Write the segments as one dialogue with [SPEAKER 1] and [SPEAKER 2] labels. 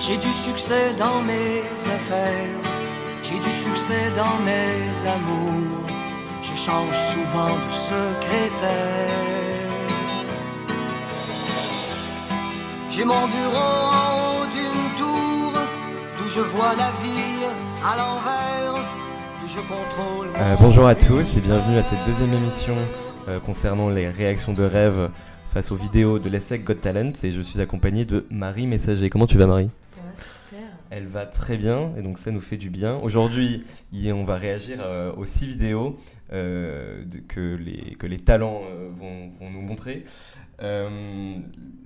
[SPEAKER 1] J'ai du succès dans mes affaires, j'ai du succès dans mes amours. Je change souvent de secrétaire. J'ai mon bureau en haut d'une tour, d'où je vois la ville à l'envers, d'où je contrôle.
[SPEAKER 2] Euh, bonjour à tous et bienvenue à cette deuxième émission euh, concernant les réactions de rêve face aux vidéos de l'ESSEC God Talent et je suis accompagné de Marie Messager. Comment tu vas Marie
[SPEAKER 3] Ça va super.
[SPEAKER 2] Elle va très bien et donc ça nous fait du bien. Aujourd'hui, on va réagir euh, aux six vidéos euh, de- que, les, que les talents euh, vont, vont nous montrer. Euh,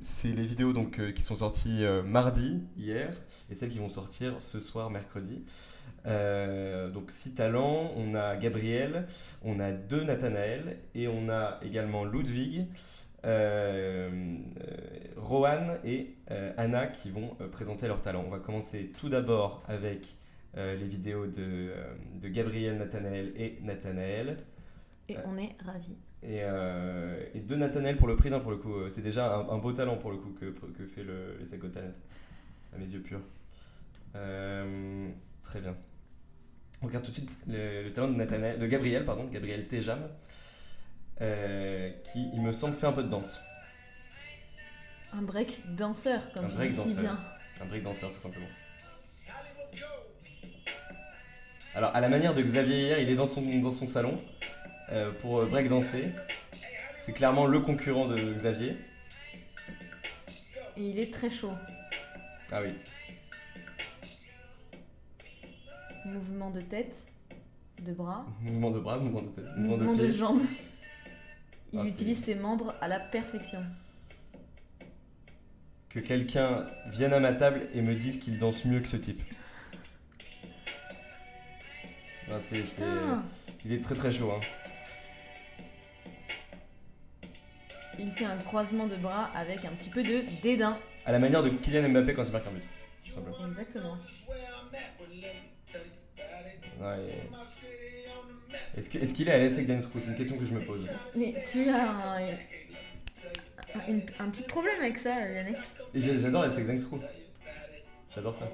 [SPEAKER 2] C'est les vidéos donc, euh, qui sont sorties euh, mardi, hier, et celles qui vont sortir ce soir, mercredi. Euh, donc six talents, on a Gabriel, on a deux Nathanaël et on a également Ludwig euh, euh, Rohan et euh, Anna qui vont euh, présenter leurs talents. On va commencer tout d'abord avec euh, les vidéos de, euh, de Gabriel Nathanael et Nathanael.
[SPEAKER 3] Et on est ravis.
[SPEAKER 2] Et, euh, et de Nathanael pour le prix d'un pour le coup. Euh, C'est déjà un, un beau talent pour le coup que, que fait le, le Seco Talent, à mes yeux purs. Euh, très bien. On regarde tout de suite le, le talent de, Nathanaël, de Gabriel, pardon, Gabriel Tejam, euh, qui il me semble fait un peu de danse.
[SPEAKER 3] Un break danseur, comme
[SPEAKER 2] Un
[SPEAKER 3] on
[SPEAKER 2] break
[SPEAKER 3] dit si
[SPEAKER 2] danseur.
[SPEAKER 3] bien.
[SPEAKER 2] Un break danseur tout simplement. Alors à la manière de Xavier hier, il est dans son, dans son salon euh, pour euh, break danser. C'est clairement le concurrent de Xavier.
[SPEAKER 3] Et il est très chaud.
[SPEAKER 2] Ah oui.
[SPEAKER 3] Mouvement de tête, de bras,
[SPEAKER 2] Mouvement de bras, mouvement de tête, mouvement,
[SPEAKER 3] mouvement
[SPEAKER 2] de
[SPEAKER 3] de,
[SPEAKER 2] pied.
[SPEAKER 3] jambes. Il
[SPEAKER 2] Ah, c'est-
[SPEAKER 3] utilise ses membres à la perfection.
[SPEAKER 2] que quelqu'un vienne à ma table et me dise qu'il danse mieux que ce type. Non, c'est- c'est-
[SPEAKER 3] Putain,
[SPEAKER 2] Il est très très chaud. hein.
[SPEAKER 3] il fait un croisement de bras avec un petit peu de dédain.
[SPEAKER 2] À la manière de Kylian Mbappé quand il marque un but. tout simplement.
[SPEAKER 3] Exactement.
[SPEAKER 2] Ouais, et- Est-ce que- est-ce qu'il est, à l'aise avec Dance Crew C'est une question que je me pose.
[SPEAKER 3] Mais tu as un, un- une- un petit problème avec ça, euh, Yannick.
[SPEAKER 2] Et j'ai- J'adore Let's Take Dance Crew. J'adore ça.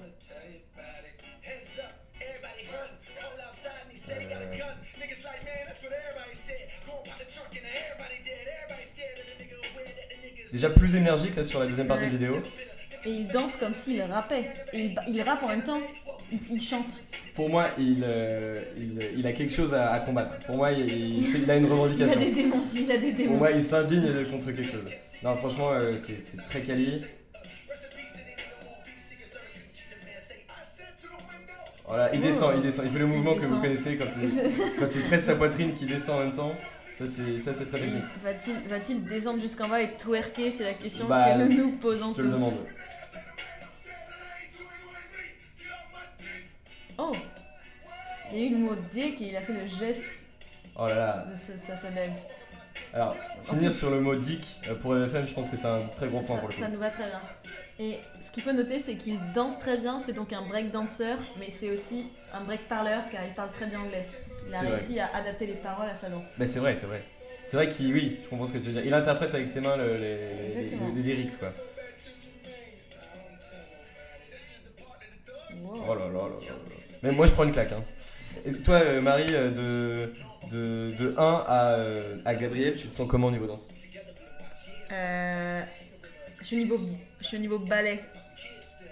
[SPEAKER 2] Euh, Déjà plus énergique là sur la deuxième partie
[SPEAKER 3] Ouais.
[SPEAKER 2] de vidéo.
[SPEAKER 3] Et il danse comme s'il rappait. Et il, il rappe en même temps. Il, il chante.
[SPEAKER 2] Pour moi, il, euh, il, il a quelque chose à, à combattre. Pour moi, il, il fait- il a une
[SPEAKER 3] Il a
[SPEAKER 2] revendication.
[SPEAKER 3] des démons. Il a des
[SPEAKER 2] Pour
[SPEAKER 3] démons.
[SPEAKER 2] moi, il s'indigne de- contre quelque chose. Non, franchement, euh, c'est c'est très quali. Voilà, il descend, il descend. Il fait le mouvement que vous
[SPEAKER 3] descend.
[SPEAKER 2] connaissez quand il, quand il presse sa poitrine qui descend en même temps. Ça, c'est ça, c'est très technique.
[SPEAKER 3] Il- Va-t-il va-t-il descendre jusqu'en bas et twerker C'est la question
[SPEAKER 2] Bah,
[SPEAKER 3] que nous nous posons
[SPEAKER 2] Je te
[SPEAKER 3] tous.
[SPEAKER 2] le demande.
[SPEAKER 3] Oh Il y a eu le mot dick et il a fait le geste.
[SPEAKER 2] Oh là là.
[SPEAKER 3] de ce- Ça, se lève.
[SPEAKER 2] Alors, finir sur le mot dick euh, pour FM, je pense que c'est un très gros point
[SPEAKER 3] Ça,
[SPEAKER 2] pour le coup.
[SPEAKER 3] ça nous va très bien. Et ce qu'il faut noter, c'est qu'il danse très bien. C'est donc un break danseur, mais c'est aussi un break parleur car il parle très bien anglais. Il a
[SPEAKER 2] C'est vrai.
[SPEAKER 3] réussi à adapter les paroles à sa danse.
[SPEAKER 2] Bah, c'est vrai, c'est vrai. C'est vrai qu'il, oui, je comprends ce que tu veux dire. Il interprète avec ses mains le- les, les,
[SPEAKER 3] Exactement.
[SPEAKER 2] les lyrics, quoi.
[SPEAKER 3] Wow.
[SPEAKER 2] Oh là là là là là. Mais moi, je prends une claque, hein. Et toi, euh, Marie, euh, de, de, de 1 à, euh, à Gabriel, tu te sens comment au niveau danse
[SPEAKER 3] Euh, je, suis au niveau, je suis au niveau ballet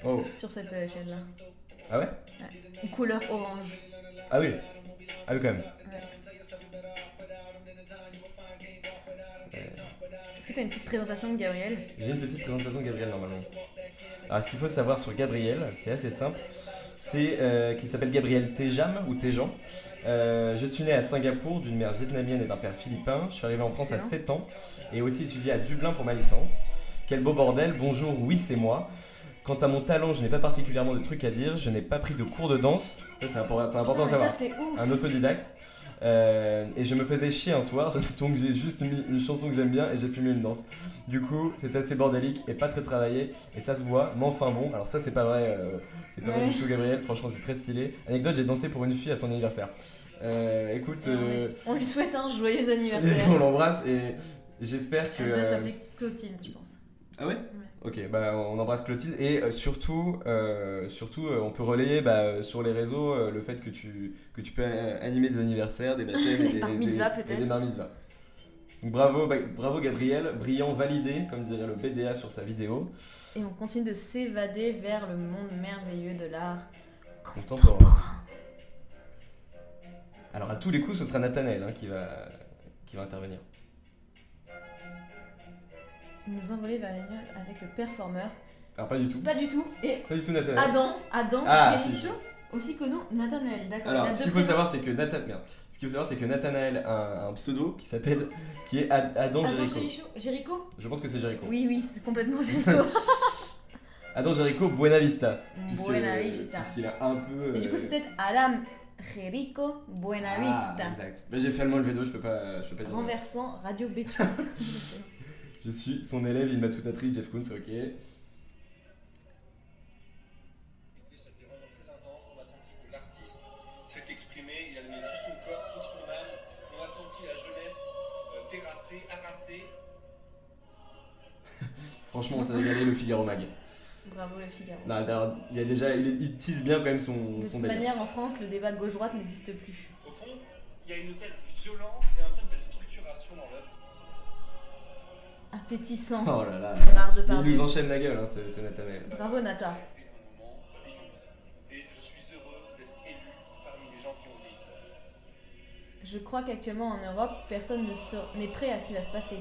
[SPEAKER 2] Oh,
[SPEAKER 3] sur cette euh, chaîne-là.
[SPEAKER 2] ah ouais
[SPEAKER 3] Une Couleur orange.
[SPEAKER 2] Ah oui Ah oui, quand même.
[SPEAKER 3] Est-ce que t'as une petite présentation de Gabriel
[SPEAKER 2] J'ai une petite présentation de Gabriel normalement. Alors ce qu'il faut savoir sur Gabriel, c'est assez simple, c'est euh, qu'il s'appelle Gabriel Tejam ou Tejan. Euh, je suis né à Singapour d'une mère vietnamienne et d'un père philippin. Je suis arrivé en France à
[SPEAKER 3] Excellent.
[SPEAKER 2] 7 ans et aussi étudié à Dublin pour ma licence. Quel beau bordel, bonjour, oui c'est moi. Quant à mon talent, je n'ai pas particulièrement de trucs à dire, je n'ai pas pris de cours de danse. Ça c'est important, c'est important
[SPEAKER 3] Putain,
[SPEAKER 2] à
[SPEAKER 3] Ah,
[SPEAKER 2] savoir
[SPEAKER 3] mais Ça, c'est ouf.
[SPEAKER 2] un autodidacte. Euh, et je me faisais chier un soir, donc j'ai juste mis une chanson que j'aime bien et j'ai filmé une danse. Du coup, c'est assez bordélique et pas très travaillé, et ça se voit, mais enfin bon. Alors, ça, c'est pas vrai, euh, c'est pas vrai
[SPEAKER 3] Ouais.
[SPEAKER 2] du tout, Gabriel, franchement, c'est très stylé. Anecdote, j'ai dansé pour une fille à son anniversaire. Euh, écoute,
[SPEAKER 3] Et Ah, on,
[SPEAKER 2] euh,
[SPEAKER 3] est- on lui souhaite un joyeux anniversaire.
[SPEAKER 2] on l'embrasse et j'espère que.
[SPEAKER 3] Elle doit
[SPEAKER 2] euh,
[SPEAKER 3] s'appeler Clotilde, je pense.
[SPEAKER 2] Ah ouais Ok, bah, on embrasse Clotilde. Et euh, surtout, euh, surtout euh, on peut relayer bah, euh, sur les réseaux euh, le fait que tu, que tu peux euh, animer des anniversaires, des baptêmes, et des,
[SPEAKER 3] Bar
[SPEAKER 2] des-
[SPEAKER 3] mitzvah,
[SPEAKER 2] des- et
[SPEAKER 3] peut-être.
[SPEAKER 2] des bar mitzvahs. Donc, bravo, bah, bravo Gabriel, brillant, validé, comme dirait le BDA sur sa vidéo.
[SPEAKER 3] Et on continue de s'évader vers le monde merveilleux de l'art.
[SPEAKER 2] Contemporain. Alors à tous les coups, ce sera Nathanaël hein, qui, va, qui va intervenir.
[SPEAKER 3] Nous envoler vers les nuages avec le performeur.
[SPEAKER 2] Alors pas du tout.
[SPEAKER 3] Pas du tout. Et
[SPEAKER 2] Pas du tout Nathanaël.
[SPEAKER 3] Adam, Adam,
[SPEAKER 2] Euh, Ah,
[SPEAKER 3] j'ai
[SPEAKER 2] si.
[SPEAKER 3] chaud. Aussi connu, Nathanaël, d'accord.
[SPEAKER 2] Alors,
[SPEAKER 3] il a
[SPEAKER 2] ce qu'il
[SPEAKER 3] deux
[SPEAKER 2] faut
[SPEAKER 3] prénoms.
[SPEAKER 2] savoir, c'est que Nathan... merde. Ce qu'il faut savoir, c'est que Nathanaël a un, un pseudo qui s'appelle, qui est Ad- Adam
[SPEAKER 3] Adam
[SPEAKER 2] Jericho.
[SPEAKER 3] Jericho. Jericho
[SPEAKER 2] Je pense que c'est Jericho.
[SPEAKER 3] Oui, oui, c'est complètement Jericho.
[SPEAKER 2] Adam Jericho Buenavista. puisque- euh,
[SPEAKER 3] Buena Vista.
[SPEAKER 2] Puisqu'il a un peu.
[SPEAKER 3] Et du coup,
[SPEAKER 2] euh,
[SPEAKER 3] c'est peut-être Adam Jericho Buena
[SPEAKER 2] ah,
[SPEAKER 3] Vista. ben.
[SPEAKER 2] Exact. Mais J'ai fait allemand le V2, je peux pas, je peux pas dire. mieux.
[SPEAKER 3] Renversant Radio Bétu.
[SPEAKER 2] Je suis son élève, il m'a tout appris, Jeff Koons, ok.
[SPEAKER 4] C'était vraiment très intense. On a senti que l'artiste s'est exprimé. Il a donné tout son corps, toute son âme. On a senti la jeunesse euh, terrassée, harassée.
[SPEAKER 2] Franchement, on s'est régalé le Figaro Mag.
[SPEAKER 3] Bravo le Figaro.
[SPEAKER 2] Non, d'ailleurs, il y a déjà, il, il tease bien quand même son,
[SPEAKER 3] De
[SPEAKER 2] son
[SPEAKER 3] toute
[SPEAKER 2] délire.
[SPEAKER 3] manière, en France, le débat gauche-droite n'existe plus.
[SPEAKER 4] Au fond, il y a une telle violence et en même temps une telle structuration dans l'œuvre.
[SPEAKER 3] Appétissant.
[SPEAKER 2] Oh là là.
[SPEAKER 3] Gérard
[SPEAKER 2] Il nous
[SPEAKER 3] Depardieu.
[SPEAKER 2] enchaîne la gueule, hein, ce, ce Nathanaël.
[SPEAKER 3] Bravo
[SPEAKER 4] Ça
[SPEAKER 3] Nata.
[SPEAKER 4] a été un moment inoubliable. Et je suis heureux d'être élu parmi les gens qui ont été ici.
[SPEAKER 3] Je crois qu'actuellement en Europe, personne ne se- n'est prêt à ce qui va se passer.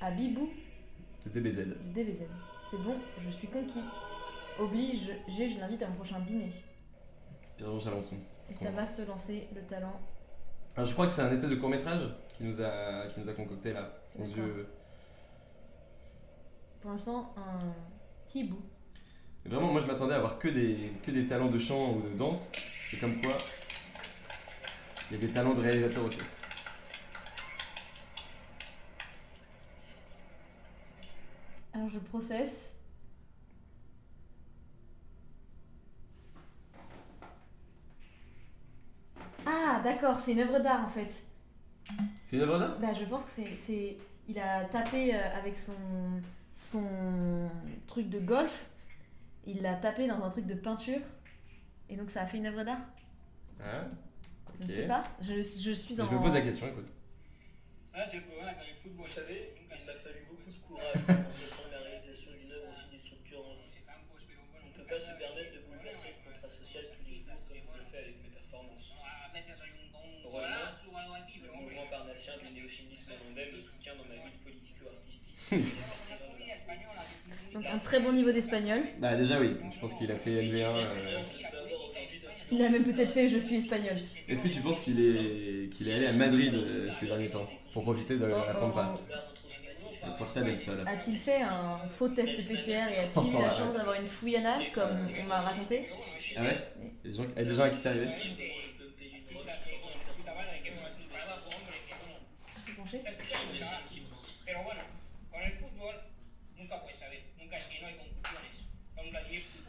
[SPEAKER 3] À Bibou,
[SPEAKER 2] Le DBZ.
[SPEAKER 3] du DBZ. C'est bon, je suis conquis. Oblige, j'ai, je l'invite à mon prochain dîner.
[SPEAKER 2] Pierre-Jean Chalençon.
[SPEAKER 3] Et ça
[SPEAKER 2] Ouais.
[SPEAKER 3] va se lancer, le talent.
[SPEAKER 2] Alors, je crois que c'est un espèce de court métrage qui nous a, qui nous a concocté là, aux
[SPEAKER 3] D'accord.
[SPEAKER 2] yeux.
[SPEAKER 3] Pour l'instant, un hibou.
[SPEAKER 2] Et Vraiment, moi je m'attendais à avoir que des, que des talents de chant ou de danse, et comme quoi, il y a des talents de réalisateur aussi.
[SPEAKER 3] Alors je processe. Ah, d'accord, c'est une œuvre d'art en fait.
[SPEAKER 2] C'est une œuvre d'art
[SPEAKER 3] Bah, je pense que c'est- c'est. Il a tapé euh, avec son, son truc de golf, il l'a tapé dans un truc de peinture, et donc ça a fait une œuvre d'art.
[SPEAKER 2] Hein
[SPEAKER 3] Je ne
[SPEAKER 2] Ok.
[SPEAKER 3] sais pas, je, je suis
[SPEAKER 2] Je
[SPEAKER 3] en.
[SPEAKER 2] me pose la question, écoute.
[SPEAKER 4] Ah, c'est pas mal quand les football,
[SPEAKER 5] Vous savez, il m'a fallu beaucoup de courage pour entreprendre la réalisation d'une œuvre aussi déstructurante. On ne peut pas se permettre de bouleverser le contrat social tous les jours comme je le fais avec mes performances. Heureusement, le mouvement parnassien du néo-cynisme hollandais me soutient dans ma lutte politico-artistique. Je suis partisan de la-
[SPEAKER 3] Donc un très bon niveau d'espagnol.
[SPEAKER 2] Bah, déjà, oui, je pense qu'il a fait LV1. euh.
[SPEAKER 5] Il peut avoir aujourd'hui d'influence
[SPEAKER 3] Il a même peut-être fait Je suis espagnol.
[SPEAKER 2] Est-ce que tu penses qu'il est, qu'il est allé à Madrid euh, ces derniers temps pour profiter de la
[SPEAKER 3] Oh, Ah,
[SPEAKER 2] pampa
[SPEAKER 3] oh.
[SPEAKER 5] de l'art entre ses manières.
[SPEAKER 2] Le portable est seul.
[SPEAKER 3] A-t-il fait un faux test PCR et a-t-il eu la chance d'avoir une fouille anale comme on m'a raconté
[SPEAKER 2] Ah ouais Il y a des gens, il y a des gens à qui c'est arrivé
[SPEAKER 5] Je peux me payer une grosse soirée.
[SPEAKER 3] Faut pencher.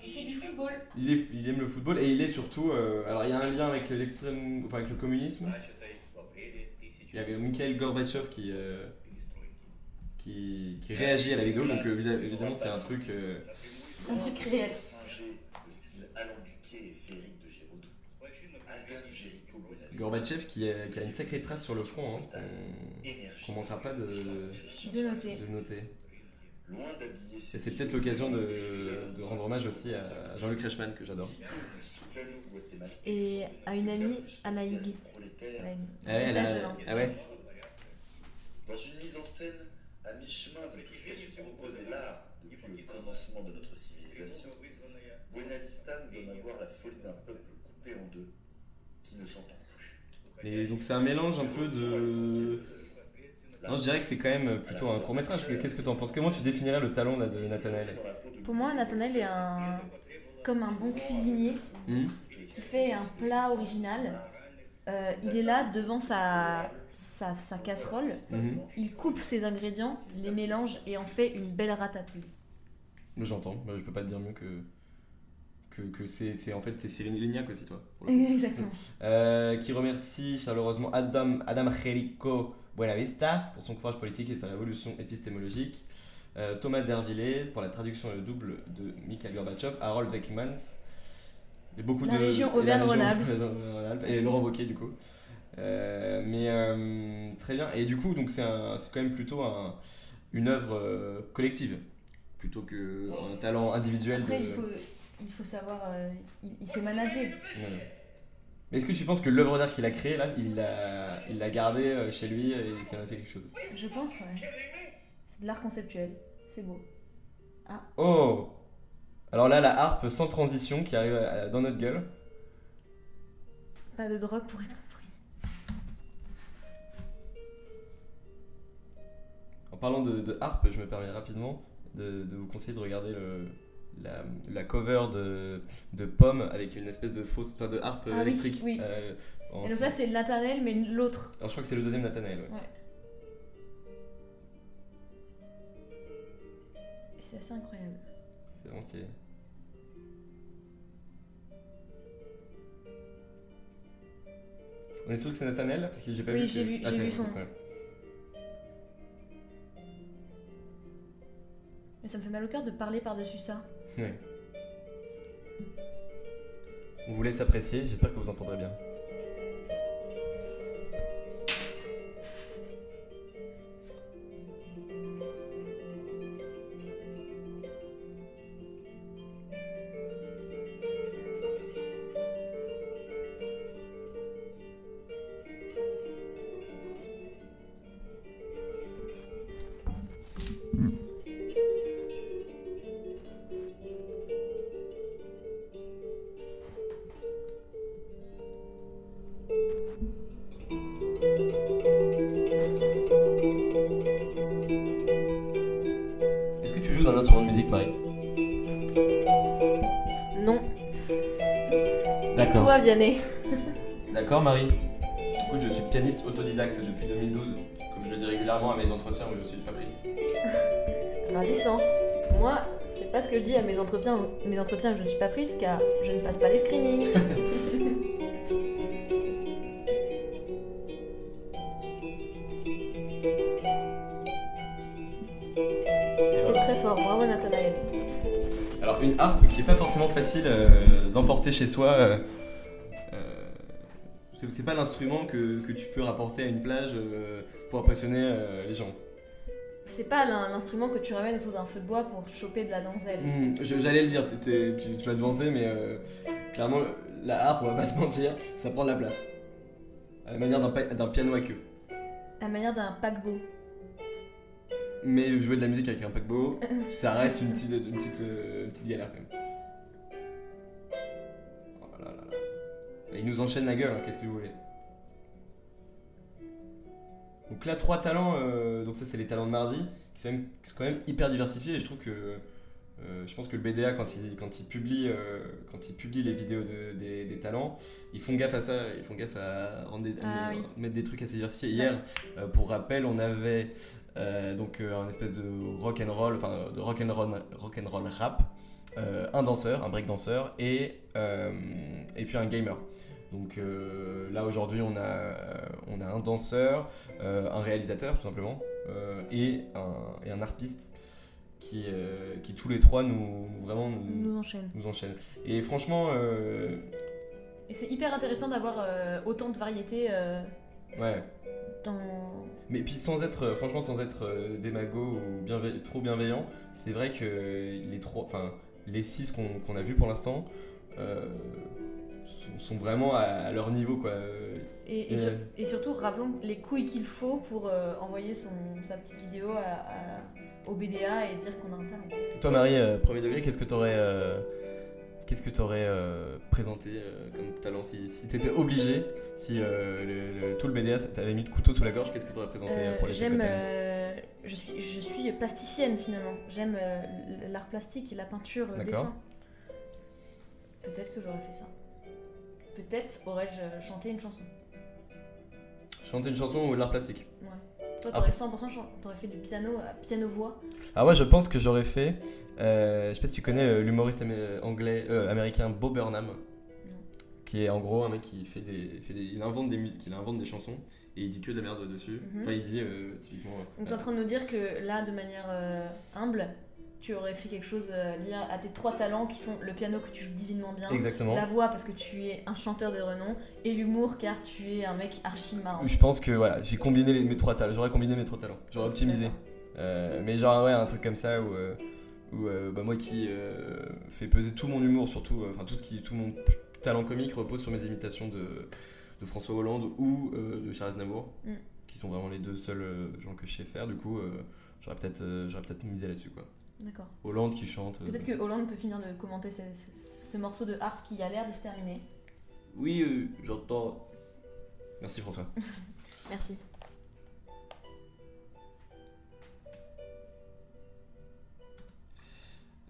[SPEAKER 3] Il fait du football.
[SPEAKER 2] il, est- il aime le football et il est surtout. euh, alors, il y a un lien avec l'extrême. Enfin, avec le communisme. Il y avait Mikhail Gorbatchev qui. euh, qui, qui réagit à la vidéo, donc euh, vis- évidemment c'est un truc. euh,
[SPEAKER 3] Un truc réel.
[SPEAKER 6] Singer le style alambiqué et féerique de Géraudou. Adam Jericho Bonavista.
[SPEAKER 2] Gorbatchev qui a, qui a une sacrée trace sur le front, hein, qu'on-
[SPEAKER 6] Énergie.
[SPEAKER 2] qu'on manquera pas de,
[SPEAKER 6] Sacrifice.
[SPEAKER 3] De noter.
[SPEAKER 2] de noter.
[SPEAKER 6] Loin d'habiller
[SPEAKER 2] Et
[SPEAKER 6] ses
[SPEAKER 2] c'est peut-être l'occasion de, de rendre hommage aussi à Jean-Luc Reichmann que j'adore.
[SPEAKER 6] Le soudano guatémaltèque
[SPEAKER 3] Et à une amie, Anaïg.
[SPEAKER 6] prolétaire.
[SPEAKER 3] Ouais.
[SPEAKER 2] Ah ouais, elle a-
[SPEAKER 3] Serge Lang.
[SPEAKER 2] ah ouais.
[SPEAKER 6] Dans une mise en scène à mi-chemin de tout ce qu'a su proposer l'art depuis le commencement de notre civilisation, Buena Vista nous donne à voir la folie d'un peuple coupé en deux qui ne s'entend plus.
[SPEAKER 2] Et donc c'est un mélange un peu de. Non, je dirais que c'est quand même euh, plutôt un court métrage. Qu'est-ce que tu en penses Comment tu définirais le talent là, de Nathanaël
[SPEAKER 3] Pour moi, Nathanaël est un. comme un bon cuisinier
[SPEAKER 2] Hmm
[SPEAKER 3] qui fait un plat original. Euh, il est là devant sa, sa, sa casserole,
[SPEAKER 2] Mhm.
[SPEAKER 3] il coupe ses ingrédients, les mélange et en fait une belle ratatouille.
[SPEAKER 2] J'entends, Bah, je peux pas te dire mieux que. que, que c'est c'est- en fait c'est Cyril Lignac aussi, toi. pour le coup.
[SPEAKER 3] Exactement.
[SPEAKER 2] Euh, qui remercie chaleureusement Adam, Adam Jericho Buenavista pour son courage politique et sa révolution épistémologique. Euh, Thomas Dervillé pour la traduction et le double de Mikhail Gorbatchev, Harold Weckmans, et beaucoup
[SPEAKER 3] La
[SPEAKER 2] de.
[SPEAKER 3] région
[SPEAKER 2] et la
[SPEAKER 3] Auvergne-Rhône-Alpes.
[SPEAKER 2] région Auvergne-Rhône-Alpes, Et Laurent Wauquiez, du coup. Euh, mais euh, très bien. Et du coup, donc c'est un- c'est quand même plutôt un- une œuvre euh, collective, plutôt que un talent individuel.
[SPEAKER 3] Après,
[SPEAKER 2] de-
[SPEAKER 3] il faut, il faut savoir. euh, il, il sait manager.
[SPEAKER 2] Ouais. Mais est-ce que tu penses que l'œuvre d'art qu'il a créée, là, il l'a il l'a gardée euh, chez lui et qu'il en a fait quelque chose
[SPEAKER 3] Je pense, ouais. C'est de l'art conceptuel. C'est beau.
[SPEAKER 2] Oh Alors là, la harpe sans transition qui arrive à- à- dans notre gueule.
[SPEAKER 3] Pas de drogue pour être pris.
[SPEAKER 2] En parlant de, de harpe, je me permets rapidement de, de vous conseiller de regarder le- la, la cover de, de Pomme avec une espèce de fausse, enfin de harpe
[SPEAKER 3] Ah oui,
[SPEAKER 2] électrique.
[SPEAKER 3] oui.
[SPEAKER 2] euh, en-
[SPEAKER 3] Et donc là, c'est Nathaniel, mais l'autre.
[SPEAKER 2] Alors je crois que c'est le deuxième Nathanaël. ouais.
[SPEAKER 3] C'est assez incroyable.
[SPEAKER 2] C'est vraiment stylé. On est sûr que c'est Nathanaël là Parce que j'ai pas
[SPEAKER 3] Oui,
[SPEAKER 2] vu.
[SPEAKER 3] j'ai
[SPEAKER 2] que-
[SPEAKER 3] vu-
[SPEAKER 2] Ah,
[SPEAKER 3] j'ai
[SPEAKER 2] tiens,
[SPEAKER 3] vu son-
[SPEAKER 2] c'est vrai.
[SPEAKER 3] Mais ça me fait mal au cœur de parler par-dessus ça.
[SPEAKER 2] On vous laisse apprécier, j'espère que vous entendrez bien. Est-ce que tu joues d'un instrument de musique, Marie
[SPEAKER 3] Non. Toi, Vianney.
[SPEAKER 2] D'accord, Marie Écoute, je suis pianiste autodidacte depuis 2012, comme je le dis régulièrement à mes entretiens où je suis pas pris.
[SPEAKER 3] Ravissant. Moi, c'est pas ce que je dis à mes entretiens, mes entretiens que je ne suis pas prise car je ne passe pas les screenings. c'est très fort, bravo Nathanaël.
[SPEAKER 2] Alors, une harpe qui est pas forcément facile euh, d'emporter chez soi. euh, euh, c'est c'est pas l'instrument que, que tu peux rapporter à une plage euh, pour impressionner euh, les gens.
[SPEAKER 3] C'est pas l'in- l'instrument que tu ramènes autour d'un feu de bois pour choper de la donzelle.
[SPEAKER 2] Hmm, je- J'allais le dire, t'étais- tu, tu m'as devancé, mais euh, clairement, la harpe, on va pas se mentir, ça prend de la place. À la manière d'un pa- d'un piano à queue.
[SPEAKER 3] À la manière d'un paquebot.
[SPEAKER 2] Mais jouer de la musique avec un paquebot, ça reste une petite, une petite, euh, petite galère quand même. Oh là là là là. Et Il nous enchaîne la gueule, hein, qu'est-ce que vous voulez Donc là, trois talents, euh, donc ça c'est les talents de mardi, qui sont, même- qui sont quand même hyper diversifiés et je trouve que... euh, je pense que le BDA, quand il, quand il, publie, euh, quand il publie les vidéos de- des, des talents, ils font gaffe à ça, ils font gaffe à, rendre des- euh,
[SPEAKER 3] Ah oui.
[SPEAKER 2] mettre des trucs assez diversifiés. Hier, euh, pour rappel, on avait euh, donc euh, un espèce de rock and roll, enfin euh, de rock and roll, rock and roll rap, euh, un danseur, un break danseur et euh, et puis un gamer. Donc euh, là aujourd'hui on a euh, on a un danseur, euh, un réalisateur tout simplement euh, et un et un harpiste qui euh, qui tous les trois nous vraiment nous,
[SPEAKER 3] Nous enchaîne.
[SPEAKER 2] nous enchaînent. Et franchement euh,
[SPEAKER 3] Et c'est hyper intéressant d'avoir euh, autant de variétés euh,
[SPEAKER 2] ouais.
[SPEAKER 3] dans.
[SPEAKER 2] Mais puis sans être, euh, franchement, sans être euh, démago ou bienve- trop bienveillant, c'est vrai que euh, les trois, enfin les six qu'on qu'on a vus pour l'instant euh, sont, sont vraiment à, à leur niveau quoi. Euh,
[SPEAKER 3] Et, et
[SPEAKER 2] Et-
[SPEAKER 3] sur- et surtout, rappelons les couilles qu'il faut pour euh, envoyer son, sa petite vidéo à- à- au BDA et dire qu'on a un talent.
[SPEAKER 2] Toi Marie, euh, premier degré, qu'est-ce que t'aurais, euh, qu'est-ce que t'aurais euh, présenté euh, comme talent si, si t'étais obligé, si euh, le- le- tout le BDA t'avait mis le couteau sous la gorge, qu'est-ce que t'aurais présenté euh,
[SPEAKER 3] Euh,
[SPEAKER 2] pour les
[SPEAKER 3] J'aime.
[SPEAKER 2] cinq talents
[SPEAKER 3] euh, je, suis, je suis plasticienne finalement. J'aime euh, l'art plastique et la peinture, le
[SPEAKER 2] D'accord.
[SPEAKER 3] dessin. Peut-être que j'aurais fait ça. Peut-être aurais-je euh, chanté une chanson.
[SPEAKER 2] Chanter une chanson ou de l'art plastique
[SPEAKER 3] Toi,
[SPEAKER 2] Ah.
[SPEAKER 3] t'aurais 100% chan- t'aurais fait du piano, à piano-voix.
[SPEAKER 2] Alors moi Ah je pense que j'aurais fait, euh, je sais pas si tu connais euh, l'humoriste amé- anglais, euh, américain Bob Burnham, qui est en gros un mec qui fait des, fait des- il invente des musiques, il invente des chansons, et il dit que de la merde dessus.
[SPEAKER 3] Mhm.
[SPEAKER 2] Enfin, il dit euh, typiquement.
[SPEAKER 3] Donc t'es en train de nous dire que là, de manière euh, humble, tu aurais fait quelque chose euh, lié à tes trois talents qui sont le piano que tu joues divinement bien,
[SPEAKER 2] Exactement.
[SPEAKER 3] la voix parce que tu es un chanteur de renom et l'humour car tu es un mec archi marrant.
[SPEAKER 2] Je pense que voilà, j'ai combiné les, mes trois talents. J'aurais combiné mes trois talents. J'aurais optimisé.
[SPEAKER 3] D'accord.
[SPEAKER 2] Euh, mais genre ouais, un truc comme ça où, euh, où, euh, bah, moi qui euh, fais peser tout mon humour, surtout, euh, enfin tout ce qui, tout mon p- talent comique repose sur mes imitations de, de François Hollande ou euh, de Charles Aznavour,
[SPEAKER 3] Mm.
[SPEAKER 2] qui sont vraiment les deux seuls euh, gens que je sais faire. Du coup, euh, j'aurais peut-être, euh, j'aurais peut-être misé là-dessus quoi.
[SPEAKER 3] D'accord.
[SPEAKER 2] Hollande qui chante. euh,
[SPEAKER 3] Peut-être que Hollande peut finir de commenter ce, ce- ce morceau de harpe qui a l'air de se terminer.
[SPEAKER 2] Oui, euh, j'entends. Merci François.
[SPEAKER 3] Merci.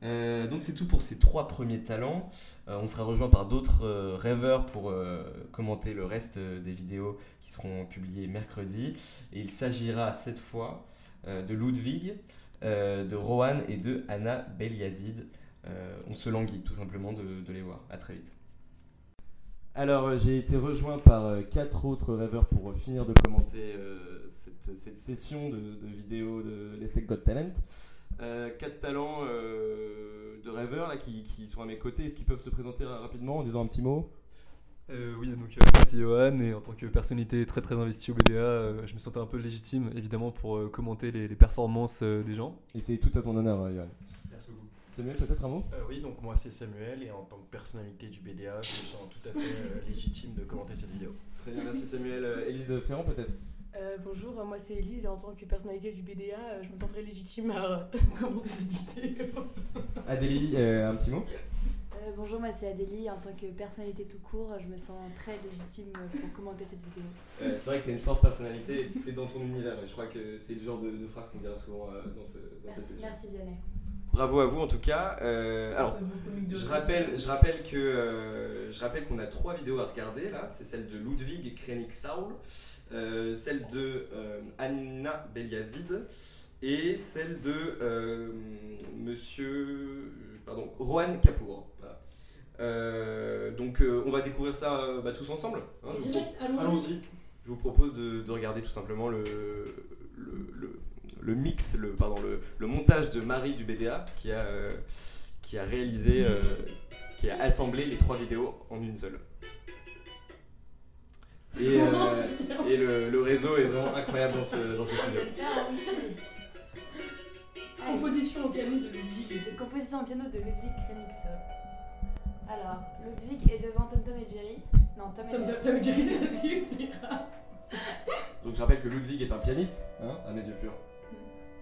[SPEAKER 2] Euh, donc c'est tout pour ces trois premiers talents. Euh, on sera rejoint par d'autres euh, rêveurs pour euh, commenter le reste euh, des vidéos qui seront publiées mercredi. Et il s'agira cette fois euh, de Ludwig, euh, de Rohan et de Anna Beliazid. Euh, on se languit tout simplement de, de les voir. À très vite.
[SPEAKER 7] Alors, euh, j'ai été rejoint par euh, quatre autres rêveurs pour euh, finir de commenter euh, cette, cette session de, de vidéos de l'ESSEC Got Talent. Euh, quatre talents euh, de rêveurs là, qui, qui sont à mes côtés. Est-ce qu'ils peuvent se présenter euh, rapidement en disant un petit mot
[SPEAKER 8] Euh, oui, donc euh, moi c'est Johan et en tant que personnalité très très investie au BDA, euh, je me sentais un peu légitime évidemment pour euh, commenter les, les performances euh, des gens.
[SPEAKER 7] Et c'est tout à ton honneur, euh, Johan.
[SPEAKER 9] Merci beaucoup.
[SPEAKER 7] Samuel, peut-être un mot
[SPEAKER 9] Euh, oui, donc moi c'est Samuel et en tant que personnalité du BDA, je me sens tout à fait euh, légitime de commenter cette vidéo.
[SPEAKER 7] Très bien, merci Samuel. Élise Ferrand, peut-être
[SPEAKER 10] Euh, bonjour, euh, moi c'est Elise et en tant que personnalité du BDA, euh, je me sens très légitime à commenter cette vidéo.
[SPEAKER 7] Adélie, un petit mot
[SPEAKER 11] Euh, bonjour, moi c'est Adélie. En tant que personnalité tout court, je me sens très légitime pour commenter cette vidéo.
[SPEAKER 7] Euh, C'est vrai que tu as une forte personnalité et tu es dans ton univers. Je crois que c'est le genre de, de phrase qu'on dira souvent euh, dans, ce- dans cette
[SPEAKER 11] Merci,
[SPEAKER 7] session.
[SPEAKER 11] merci Vianney.
[SPEAKER 2] Bravo à vous en tout cas. Euh, alors Je rappelle, je rappelle que euh, je rappelle qu'on a trois vidéos à regarder là. C'est celle de Ludwig Krenigsaul, euh, celle de euh, Anna Beliazid et celle de euh, Monsieur, euh, pardon, Rohan Kapoor. Voilà. Euh, donc euh, on va découvrir ça euh, bah, tous ensemble. hein, je, vous pro-
[SPEAKER 10] Direct, allons-y.
[SPEAKER 2] je vous propose de, de regarder tout simplement le, le, le- le mix, le, pardon, le, le montage de Marie du BDA qui a, euh, qui a réalisé, euh, qui a assemblé les trois vidéos en une seule. Et, euh, et le, le réseau est vraiment incroyable dans ce, dans ce studio.
[SPEAKER 11] Ah,
[SPEAKER 10] Composition au piano de Ludwig.
[SPEAKER 11] Cette composition en piano de Ludwig Krenix. Alors, Ludwig est devant Tom Tom et Jerry. Non, Tom et
[SPEAKER 10] Tom
[SPEAKER 11] Jerry.
[SPEAKER 10] Tom Jerry, s'il vous plaît.
[SPEAKER 2] Donc je rappelle que Ludwig est un pianiste, hein, à mes yeux purs.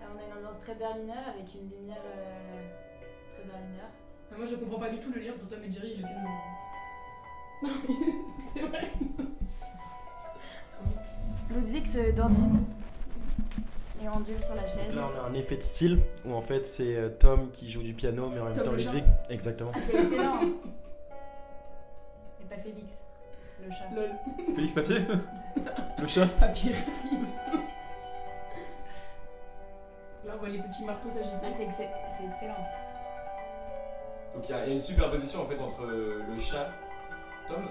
[SPEAKER 11] Alors, on a une ambiance très berliner avec une lumière euh, très berliner.
[SPEAKER 10] Ah, Moi je comprends pas du tout le lien entre Tom et Jerry et le piano. Non, c'est vrai.
[SPEAKER 11] Ludwig se dandine et ondule sur la chaise.
[SPEAKER 9] Donc là on a un effet de style où en fait c'est euh, Tom qui joue du piano mais en même
[SPEAKER 10] Tom
[SPEAKER 9] temps
[SPEAKER 10] le
[SPEAKER 9] Ludwig. Exactement.
[SPEAKER 11] Ah, c'est excellent Et pas Félix, le chat.
[SPEAKER 10] Lol,
[SPEAKER 8] Félix Papier Le chat
[SPEAKER 10] papier. Là on voit les petits marteaux
[SPEAKER 11] Ah,
[SPEAKER 10] s'agiter.
[SPEAKER 11] c'est exce- c'est excellent.
[SPEAKER 2] Donc il y, a il y a une superposition en fait entre euh, le chat, Tom,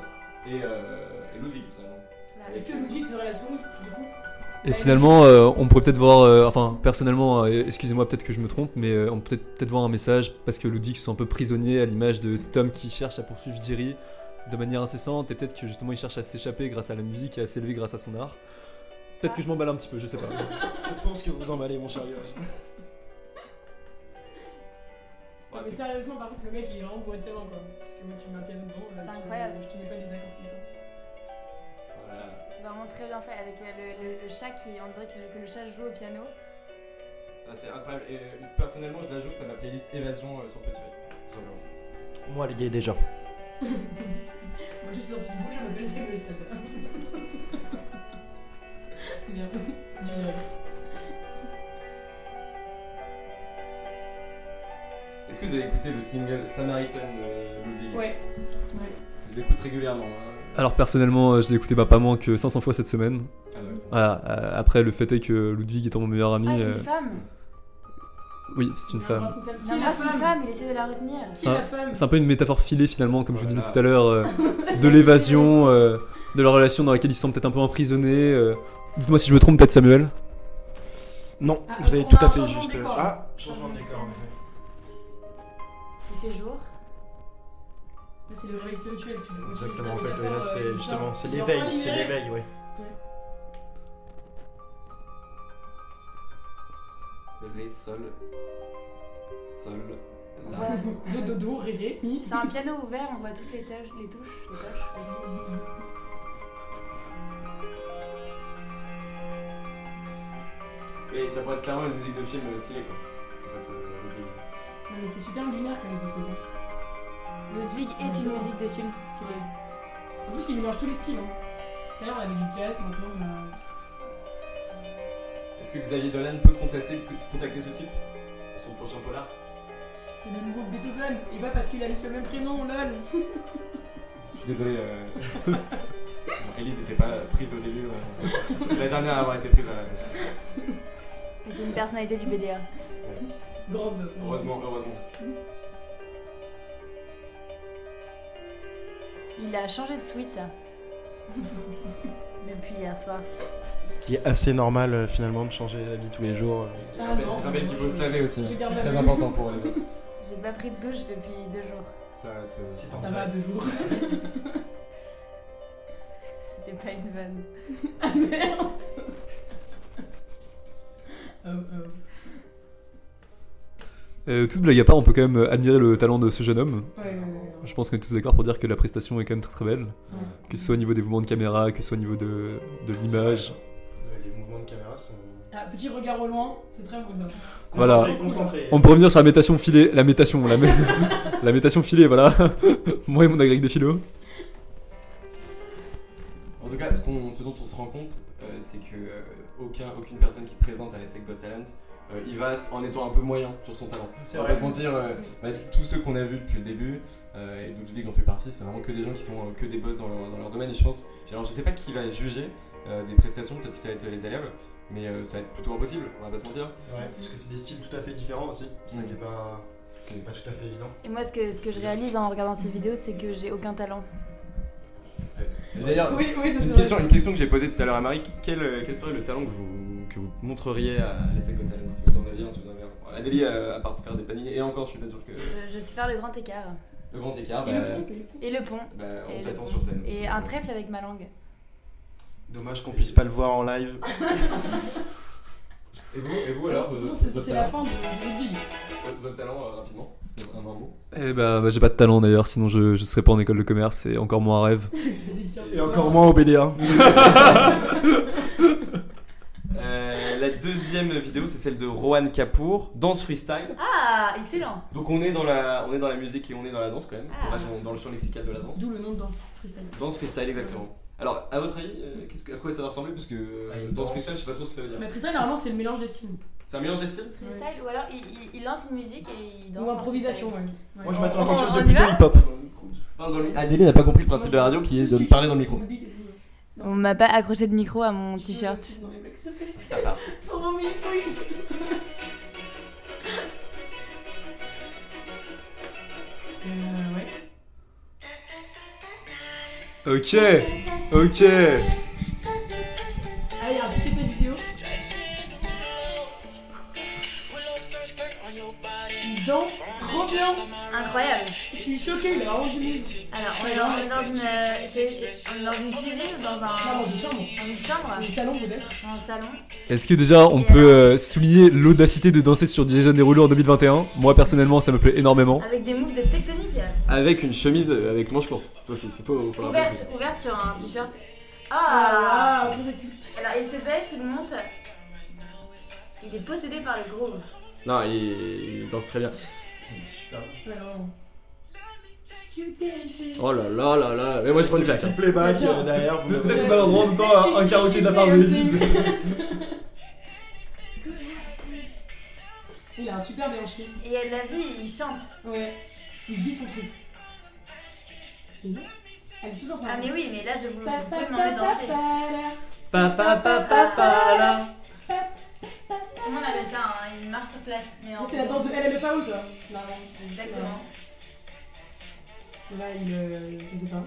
[SPEAKER 2] et, euh, et Ludwig finalement.
[SPEAKER 11] Voilà.
[SPEAKER 10] Est-ce que Ludwig serait la souris du coup
[SPEAKER 11] Ah,
[SPEAKER 8] Et finalement, euh, on pourrait peut-être voir, euh, enfin personnellement, euh, excusez-moi peut-être que je me trompe, mais euh, on peut peut-être peut-être voir un message parce que Ludwig se sent un peu prisonnier à l'image de Tom qui cherche à poursuivre Jerry de manière incessante et peut-être que justement il cherche à s'échapper grâce à la musique et à s'élever grâce à son art. Peut-être que je m'emballe un petit peu, je sais pas.
[SPEAKER 9] Je pense que vous emballez mon cher Johan.
[SPEAKER 2] Ouais,
[SPEAKER 10] Mais
[SPEAKER 2] c'est-
[SPEAKER 10] sérieusement, par contre, le mec il est vraiment bourré de talent quoi. Parce que moi, tu mets un piano dedans, euh,
[SPEAKER 11] C'est
[SPEAKER 10] tu-
[SPEAKER 11] incroyable.
[SPEAKER 10] je te mets pas des accords comme ça.
[SPEAKER 2] voilà.
[SPEAKER 11] C'est vraiment très bien fait avec euh, le, le- le chat qui, on dirait que, que le chat joue au piano.
[SPEAKER 2] Ah, c'est incroyable. Et euh, personnellement, je l'ajoute à ma playlist Évasion euh, sur Spotify. Tout simplement.
[SPEAKER 9] Moi le gay déjà.
[SPEAKER 10] Moi, je suis dans ce bout, je m'appelle Samuel Seb. Merde, c'est du virus.
[SPEAKER 2] Est-ce que vous avez écouté le single Samaritan de Ludwig
[SPEAKER 10] Ouais.
[SPEAKER 2] Je l'écoute régulièrement. hein.
[SPEAKER 8] Alors personnellement, euh, je l'ai écouté bah, pas moins que 500 fois cette semaine.
[SPEAKER 2] Ah, ouais.
[SPEAKER 8] Voilà, euh, après le fait est que Ludwig étant mon meilleur ami,
[SPEAKER 11] Ah, il y a
[SPEAKER 8] euh,
[SPEAKER 11] une femme
[SPEAKER 8] oui, c'est une
[SPEAKER 10] Il
[SPEAKER 8] femme.
[SPEAKER 10] embrasse une femme.
[SPEAKER 11] Il embrasse une femme, il essaie de la retenir.
[SPEAKER 10] Qui est la femme
[SPEAKER 8] C'est un peu une métaphore filée finalement, comme je vous
[SPEAKER 2] Voilà.
[SPEAKER 8] disais tout à l'heure, euh, de l'évasion, euh, de la relation dans laquelle ils se sentent peut-être un peu emprisonnés, euh, Dites-moi si je me trompe, peut-être Samuel.
[SPEAKER 9] Non,
[SPEAKER 11] Ah,
[SPEAKER 9] vous avez
[SPEAKER 11] on
[SPEAKER 9] tout
[SPEAKER 11] a
[SPEAKER 9] à
[SPEAKER 11] un
[SPEAKER 9] fait
[SPEAKER 11] changement de
[SPEAKER 9] juste.
[SPEAKER 11] décor,
[SPEAKER 9] Ah,
[SPEAKER 11] là.
[SPEAKER 9] changement de décor, en effet.
[SPEAKER 11] Il fait jour.
[SPEAKER 10] Mais c'est le réveil spirituel, tu vois. euh,
[SPEAKER 9] Exactement, en fait, ouais, là, c'est justement, c'est l'éveil, c'est l'éveil, ouais.
[SPEAKER 7] Ré, sol. Sol. La.
[SPEAKER 11] Ouais.
[SPEAKER 10] De dodo, ré, ré, mi.
[SPEAKER 11] C'est un piano ouvert, on voit toutes les, touches, les touches, les touches, vas-y.
[SPEAKER 7] Et ça pourrait être clairement une musique de film euh, stylée, quoi. En fait, euh, le truc.
[SPEAKER 10] Non, mais c'est super luminaire quand même, ce truc.
[SPEAKER 11] Ludwig est une musique de film stylée.
[SPEAKER 10] En plus, il mélange tous les styles. Hein. Tout à l'heure, on avait du jazz, maintenant on a.
[SPEAKER 7] Est-ce que Xavier Dolan peut contester, contacter ce type pour son prochain polar
[SPEAKER 10] C'est le nouveau Beethoven. Et bah, parce qu'il a juste le même prénom, lol.
[SPEAKER 7] Je suis désolé. Euh... bon, Elise n'était pas prise au début. euh, C'est la dernière à avoir été prise. euh,
[SPEAKER 11] Et c'est une personnalité du BDA.
[SPEAKER 10] Grande.
[SPEAKER 7] Heureusement, heureusement.
[SPEAKER 11] Il a changé de suite. Depuis hier soir.
[SPEAKER 9] Ce qui est assez normal euh, finalement de changer d'habit tous les jours. euh.
[SPEAKER 7] Je
[SPEAKER 10] Ah,
[SPEAKER 7] rappelle- je rappelle qu'il faut se laver aussi. hein.
[SPEAKER 10] J'ai
[SPEAKER 7] C'est
[SPEAKER 10] bien
[SPEAKER 7] très
[SPEAKER 10] lavé.
[SPEAKER 7] important pour les autres.
[SPEAKER 11] J'ai pas pris de douche depuis deux jours.
[SPEAKER 7] Ça, se- ça-
[SPEAKER 10] Ça va, deux jours.
[SPEAKER 11] C'était pas une vanne.
[SPEAKER 10] Ah merde Oh, oh.
[SPEAKER 8] Euh, toute blague à part, on peut quand même euh, admirer le talent de ce jeune homme.
[SPEAKER 10] Ouais, ouais, ouais.
[SPEAKER 8] Je pense qu'on est tous d'accord pour dire que la prestation est quand même très très belle. Que ce soit au niveau des mouvements de caméra, que ce soit au niveau de, de l'image.
[SPEAKER 9] Euh, Les mouvements de caméra sont.
[SPEAKER 10] Ah, petit regard au loin, c'est très beau ça.
[SPEAKER 8] Voilà.
[SPEAKER 9] Concentrés, concentrés.
[SPEAKER 8] On peut revenir sur la métation filée. La métation, la, mé- la métation filée, voilà. Moi et mon agrégé de philo.
[SPEAKER 2] En tout cas, ce, qu'on- ce dont on se rend compte, euh, c'est que euh, aucun, aucune personne qui présente à l'ESSEC Got Talent, euh, il va s- en étant un peu moyen sur son talent.
[SPEAKER 9] C'est
[SPEAKER 2] On va
[SPEAKER 9] vrai.
[SPEAKER 2] pas se mentir, euh, bah, tous ceux qu'on a vus depuis le début, euh, et Ludwig en fait partie, c'est vraiment que des gens qui sont euh, que des boss dans leur, dans leur domaine. Et je pense, alors je sais pas qui va juger euh, des prestations, peut-être que ça va être les élèves, mais euh, ça va être plutôt impossible, on va pas se mentir.
[SPEAKER 9] C'est vrai, parce que c'est des styles tout à fait différents aussi. C'est ça qui est pas, qui est pas tout à fait évident.
[SPEAKER 11] Et moi, ce que, ce que je réalise en regardant ces vidéos, c'est que j'ai aucun talent.
[SPEAKER 2] Et D'ailleurs,
[SPEAKER 10] Oui, oui,
[SPEAKER 2] c'est une question, une question que j'ai posée tout à l'heure à Marie, quel, euh, quel serait le talent que vous, que vous montreriez à l'ESSEC Got Talent, si vous en aviez un, si vous en avez un Adélie, euh, à part faire des paniers, et encore, je suis pas sûr que...
[SPEAKER 11] Je, je sais faire le grand écart.
[SPEAKER 2] Le grand écart,
[SPEAKER 10] Et
[SPEAKER 2] bah,
[SPEAKER 10] le pont, et le
[SPEAKER 11] Et le
[SPEAKER 10] pont.
[SPEAKER 11] pont.
[SPEAKER 2] bah,
[SPEAKER 11] Et
[SPEAKER 2] on
[SPEAKER 11] le
[SPEAKER 2] t'attend
[SPEAKER 11] pont.
[SPEAKER 2] sur scène.
[SPEAKER 11] Et un trèfle avec ma langue.
[SPEAKER 9] Dommage qu'on puisse pas le voir en live.
[SPEAKER 2] Et vous, et vous alors, votre,
[SPEAKER 10] Attention, c'est
[SPEAKER 2] votre
[SPEAKER 10] c'est la
[SPEAKER 2] talent,
[SPEAKER 10] fin de Ludwig.
[SPEAKER 2] votre- votre talent, euh, rapidement Un un mot
[SPEAKER 8] Eh ben, bah, j'ai pas de talent d'ailleurs, sinon je, je serais pas en école de commerce, et encore moins un rêve.
[SPEAKER 9] Et encore moins au BDA.
[SPEAKER 2] Euh, La deuxième vidéo, c'est celle de Rohan Kapoor, danse freestyle.
[SPEAKER 11] Ah, excellent
[SPEAKER 2] Donc on est, dans la, on est dans la musique et on est dans la danse quand même.
[SPEAKER 11] Ah.
[SPEAKER 2] On reste dans- dans le champ lexical de la danse.
[SPEAKER 10] D'où le nom de danse, freestyle.
[SPEAKER 2] Danse freestyle, exactement. Alors, à votre avis, euh, qu'est-ce que- à quoi ça va ressembler Parce que euh,
[SPEAKER 9] Ah, une
[SPEAKER 2] danse
[SPEAKER 9] danse.
[SPEAKER 2] freestyle, je sais pas trop ce que ça veut dire.
[SPEAKER 10] Mais freestyle, normalement, c'est le mélange des styles.
[SPEAKER 2] C'est un mélange des styles
[SPEAKER 11] Freestyle, ou alors il, il- il lance une musique et il danse.
[SPEAKER 10] Ou
[SPEAKER 11] en
[SPEAKER 10] improvisation,
[SPEAKER 11] freestyle.
[SPEAKER 10] ouais.
[SPEAKER 9] Moi je
[SPEAKER 10] Ouais.
[SPEAKER 9] m'attends à
[SPEAKER 11] on-
[SPEAKER 9] quelque chose de
[SPEAKER 11] on y
[SPEAKER 9] plutôt
[SPEAKER 11] va
[SPEAKER 9] hip-hop.
[SPEAKER 2] Parle dans le mi- Adélie n'a pas compris le principe de la radio qui est de parler dans le micro.
[SPEAKER 10] Ludwig,
[SPEAKER 11] On m'a pas accroché de micro à mon
[SPEAKER 10] je-
[SPEAKER 11] t-shirt.
[SPEAKER 10] Non, mais mec, s'il te plaît.
[SPEAKER 2] Ça part.
[SPEAKER 10] Oh, mais oui. Euh, ouais.
[SPEAKER 8] Ok, ok.
[SPEAKER 10] Ah, il y a un petit effet vidéo. Il danse trop bien.
[SPEAKER 11] Incroyable
[SPEAKER 10] Je suis choquée, il a vraiment génial.
[SPEAKER 11] Alors, on est dans, on est dans une, euh, c'est- on est dans une cuisine ou dans
[SPEAKER 10] Ah,
[SPEAKER 11] un,
[SPEAKER 10] dans une chambre.
[SPEAKER 11] une chambre
[SPEAKER 10] Dans le salon, peut-être.
[SPEAKER 11] Dans un salon
[SPEAKER 8] Est-ce que déjà on peut euh, souligner l'audacité de danser sur Jason Derulo en 2021 Moi personnellement, ça me plaît énormément.
[SPEAKER 11] Avec des moves de tectonique
[SPEAKER 2] Avec une chemise euh, avec manches courtes. Toi aussi, c'est faux. faut l'appeler.
[SPEAKER 11] Ouverte, ouverte sur un t-shirt. Ah
[SPEAKER 10] Ah, trop sexy.
[SPEAKER 11] Alors, il se baisse, il monte. Il est possédé par le groove.
[SPEAKER 2] Non, il, il danse très bien.
[SPEAKER 10] Ouais, vraiment.
[SPEAKER 2] Oh là là là là. Mais moi je prends une claque. hein.
[SPEAKER 9] Playback euh, derrière, vous l'avez.
[SPEAKER 8] en même temps hein, un karaoké de la part de
[SPEAKER 10] Il a un super déhanché.
[SPEAKER 11] Et il y a de la vie, il chante.
[SPEAKER 10] Ouais. Il vit son truc. C'est bien. Elle est tous ensemble.
[SPEAKER 11] Ah, mais oui, mais là, je vous, vous
[SPEAKER 10] Pa, pa,
[SPEAKER 11] pouvez
[SPEAKER 10] pa,
[SPEAKER 11] m'emmener
[SPEAKER 10] pa,
[SPEAKER 11] danser.
[SPEAKER 10] pa,
[SPEAKER 11] Comment on appelle ça hein Une marche sur place. Mais
[SPEAKER 10] la.
[SPEAKER 11] en
[SPEAKER 10] C'est la danse de LMFAO, ça. Non, non.
[SPEAKER 11] Exactement.
[SPEAKER 10] Là, il. euh, je sais pas.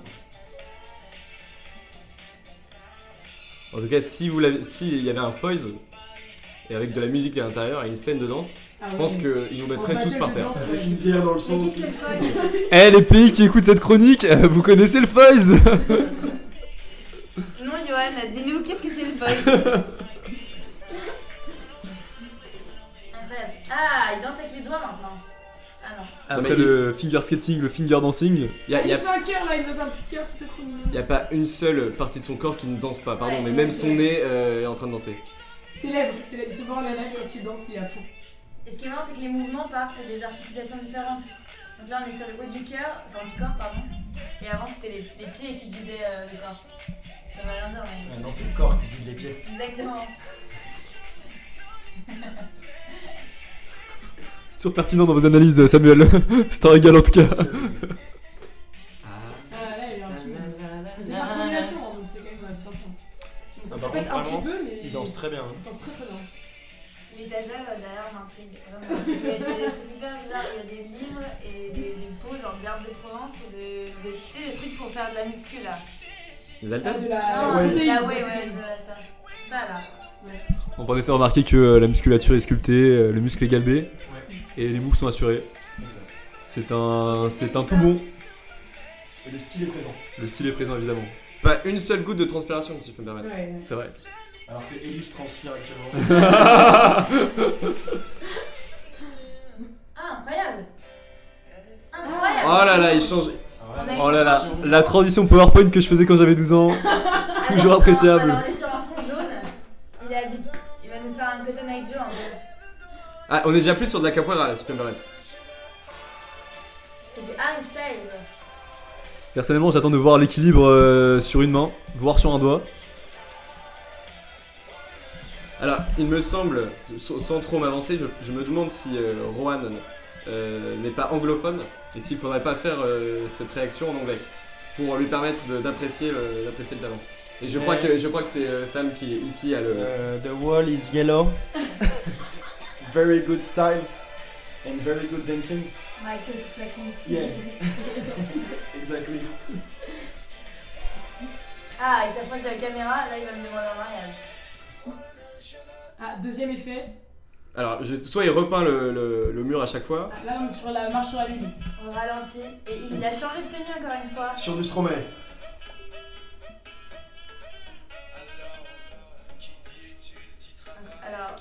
[SPEAKER 2] En tout cas, si vous l'avez, s'il y avait un Foyz et avec de la musique à l'intérieur et une scène de danse,
[SPEAKER 10] Ah
[SPEAKER 2] je pense
[SPEAKER 10] oui.
[SPEAKER 2] qu'ils nous mettraient
[SPEAKER 10] En
[SPEAKER 2] tous par
[SPEAKER 10] battle de
[SPEAKER 2] terre.
[SPEAKER 10] danse, Avec une bière dans le sang Mais qu'est-ce aussi. qu'elle fait
[SPEAKER 2] Eh les pays qui écoutent cette chronique, euh, vous connaissez le Foyz
[SPEAKER 11] Non, Johan, dis-nous qu'est-ce que c'est le buzz Incroyable. Ah, il danse avec les doigts maintenant. Ah non.
[SPEAKER 2] mais
[SPEAKER 8] Après le finger skating, le finger dancing.
[SPEAKER 2] Il y a- il y a-
[SPEAKER 10] fait un cœur là, il m'a fait un petit cœur, c'était trop mignon.
[SPEAKER 2] Il n'y a pas une seule partie de son corps qui ne danse pas, pardon, mais même son nez euh, est en train de danser.
[SPEAKER 10] C'est lèvres, c'est lèvres. Souvent, la lèvre, quand tu danses, il est à fond.
[SPEAKER 11] Et ce qui est marrant, c'est que les mouvements partent des articulations différentes. Donc là, on est sur le haut du cœur, enfin du corps, pardon. Et avant, c'était les, les pieds qui guidaient euh, le corps. Ça va rien dire, mais.
[SPEAKER 5] Maintenant, Ah c'est le corps qui guide les pieds.
[SPEAKER 11] Exactement.
[SPEAKER 8] Toujours pertinent dans vos analyses, euh, Samuel. C'est un régal en tout cas.
[SPEAKER 10] Ah là, il est un petit peu. Mais C'est par combination, hein, donc c'est quand même assez sympa. Donc ça
[SPEAKER 5] Ah,
[SPEAKER 10] se
[SPEAKER 5] par
[SPEAKER 10] répète
[SPEAKER 5] contre,
[SPEAKER 10] un petit
[SPEAKER 5] vraiment,
[SPEAKER 10] peu, mais.
[SPEAKER 5] il danse très bien, hein.
[SPEAKER 10] Il danse très très bien.
[SPEAKER 11] L'étagère euh, derrière m'intrigue. Vraiment, il y a des- des trucs hyper bizarres. Il y a des livres et des, des pots, genre garde de Provence, ou de, de, tu sais, des trucs pour faire de la muscu là.
[SPEAKER 2] Des haltères
[SPEAKER 10] Ah, de
[SPEAKER 11] Ah,
[SPEAKER 10] la.
[SPEAKER 11] ouais,
[SPEAKER 10] protéine.
[SPEAKER 11] ouais, ouais, de la ça. Ça là.
[SPEAKER 8] On peut me faire remarquer que euh, la musculature est sculptée, euh, le muscle est galbé et les moves sont assurés. C'est un, c'est un tout bon.
[SPEAKER 5] Et le style est présent.
[SPEAKER 8] Le style est présent évidemment.
[SPEAKER 2] Pas Bah, une seule goutte de transpiration, si je peux me permettre.
[SPEAKER 10] Ouais.
[SPEAKER 2] C'est vrai.
[SPEAKER 5] Alors que Elise transpire actuellement.
[SPEAKER 11] Ah, incroyable!
[SPEAKER 2] Oh
[SPEAKER 11] Incroyable!
[SPEAKER 2] Ah là là, il change.
[SPEAKER 9] Ah,
[SPEAKER 8] Oh là là, la transition PowerPoint que je faisais quand j'avais 12 ans, toujours
[SPEAKER 11] Alors,
[SPEAKER 8] appréciable.
[SPEAKER 11] Ah, Alors, on est sur un fond jaune. Il, est habillé- il va nous faire un Cotton Eye Joe un peu.
[SPEAKER 2] Ah, on est déjà plus sur de la capoeira là, si je peux me permettre.
[SPEAKER 11] C'est du Harry Styles.
[SPEAKER 8] Personnellement, j'attends de voir l'équilibre euh, sur une main, voire sur un doigt.
[SPEAKER 2] Alors, il me semble, sans sans trop m'avancer, je, je me demande si euh, Rohan euh, n'est pas anglophone et s'il faudrait pas faire euh, cette réaction en anglais pour lui permettre de- d'apprécier le, d'apprécier le talent. Et je crois
[SPEAKER 5] Mais-
[SPEAKER 2] que je crois que c'est euh, Sam qui ici a le.
[SPEAKER 5] Uh, the wall is yellow. very good style and very good dancing.
[SPEAKER 11] Michael Flacon.
[SPEAKER 5] Yeah. exactly.
[SPEAKER 11] Ah, il s'approche de la caméra. Là, il va me demander un mariage.
[SPEAKER 10] Ah, deuxième effet.
[SPEAKER 2] Alors, je- soit il repeint le, le- le mur à chaque fois.
[SPEAKER 10] Ah, Là, on est sur la marche sur la lune.
[SPEAKER 11] On ralentit. Et il a changé de tenue encore une fois.
[SPEAKER 5] Sur du Stromae.
[SPEAKER 11] Alors,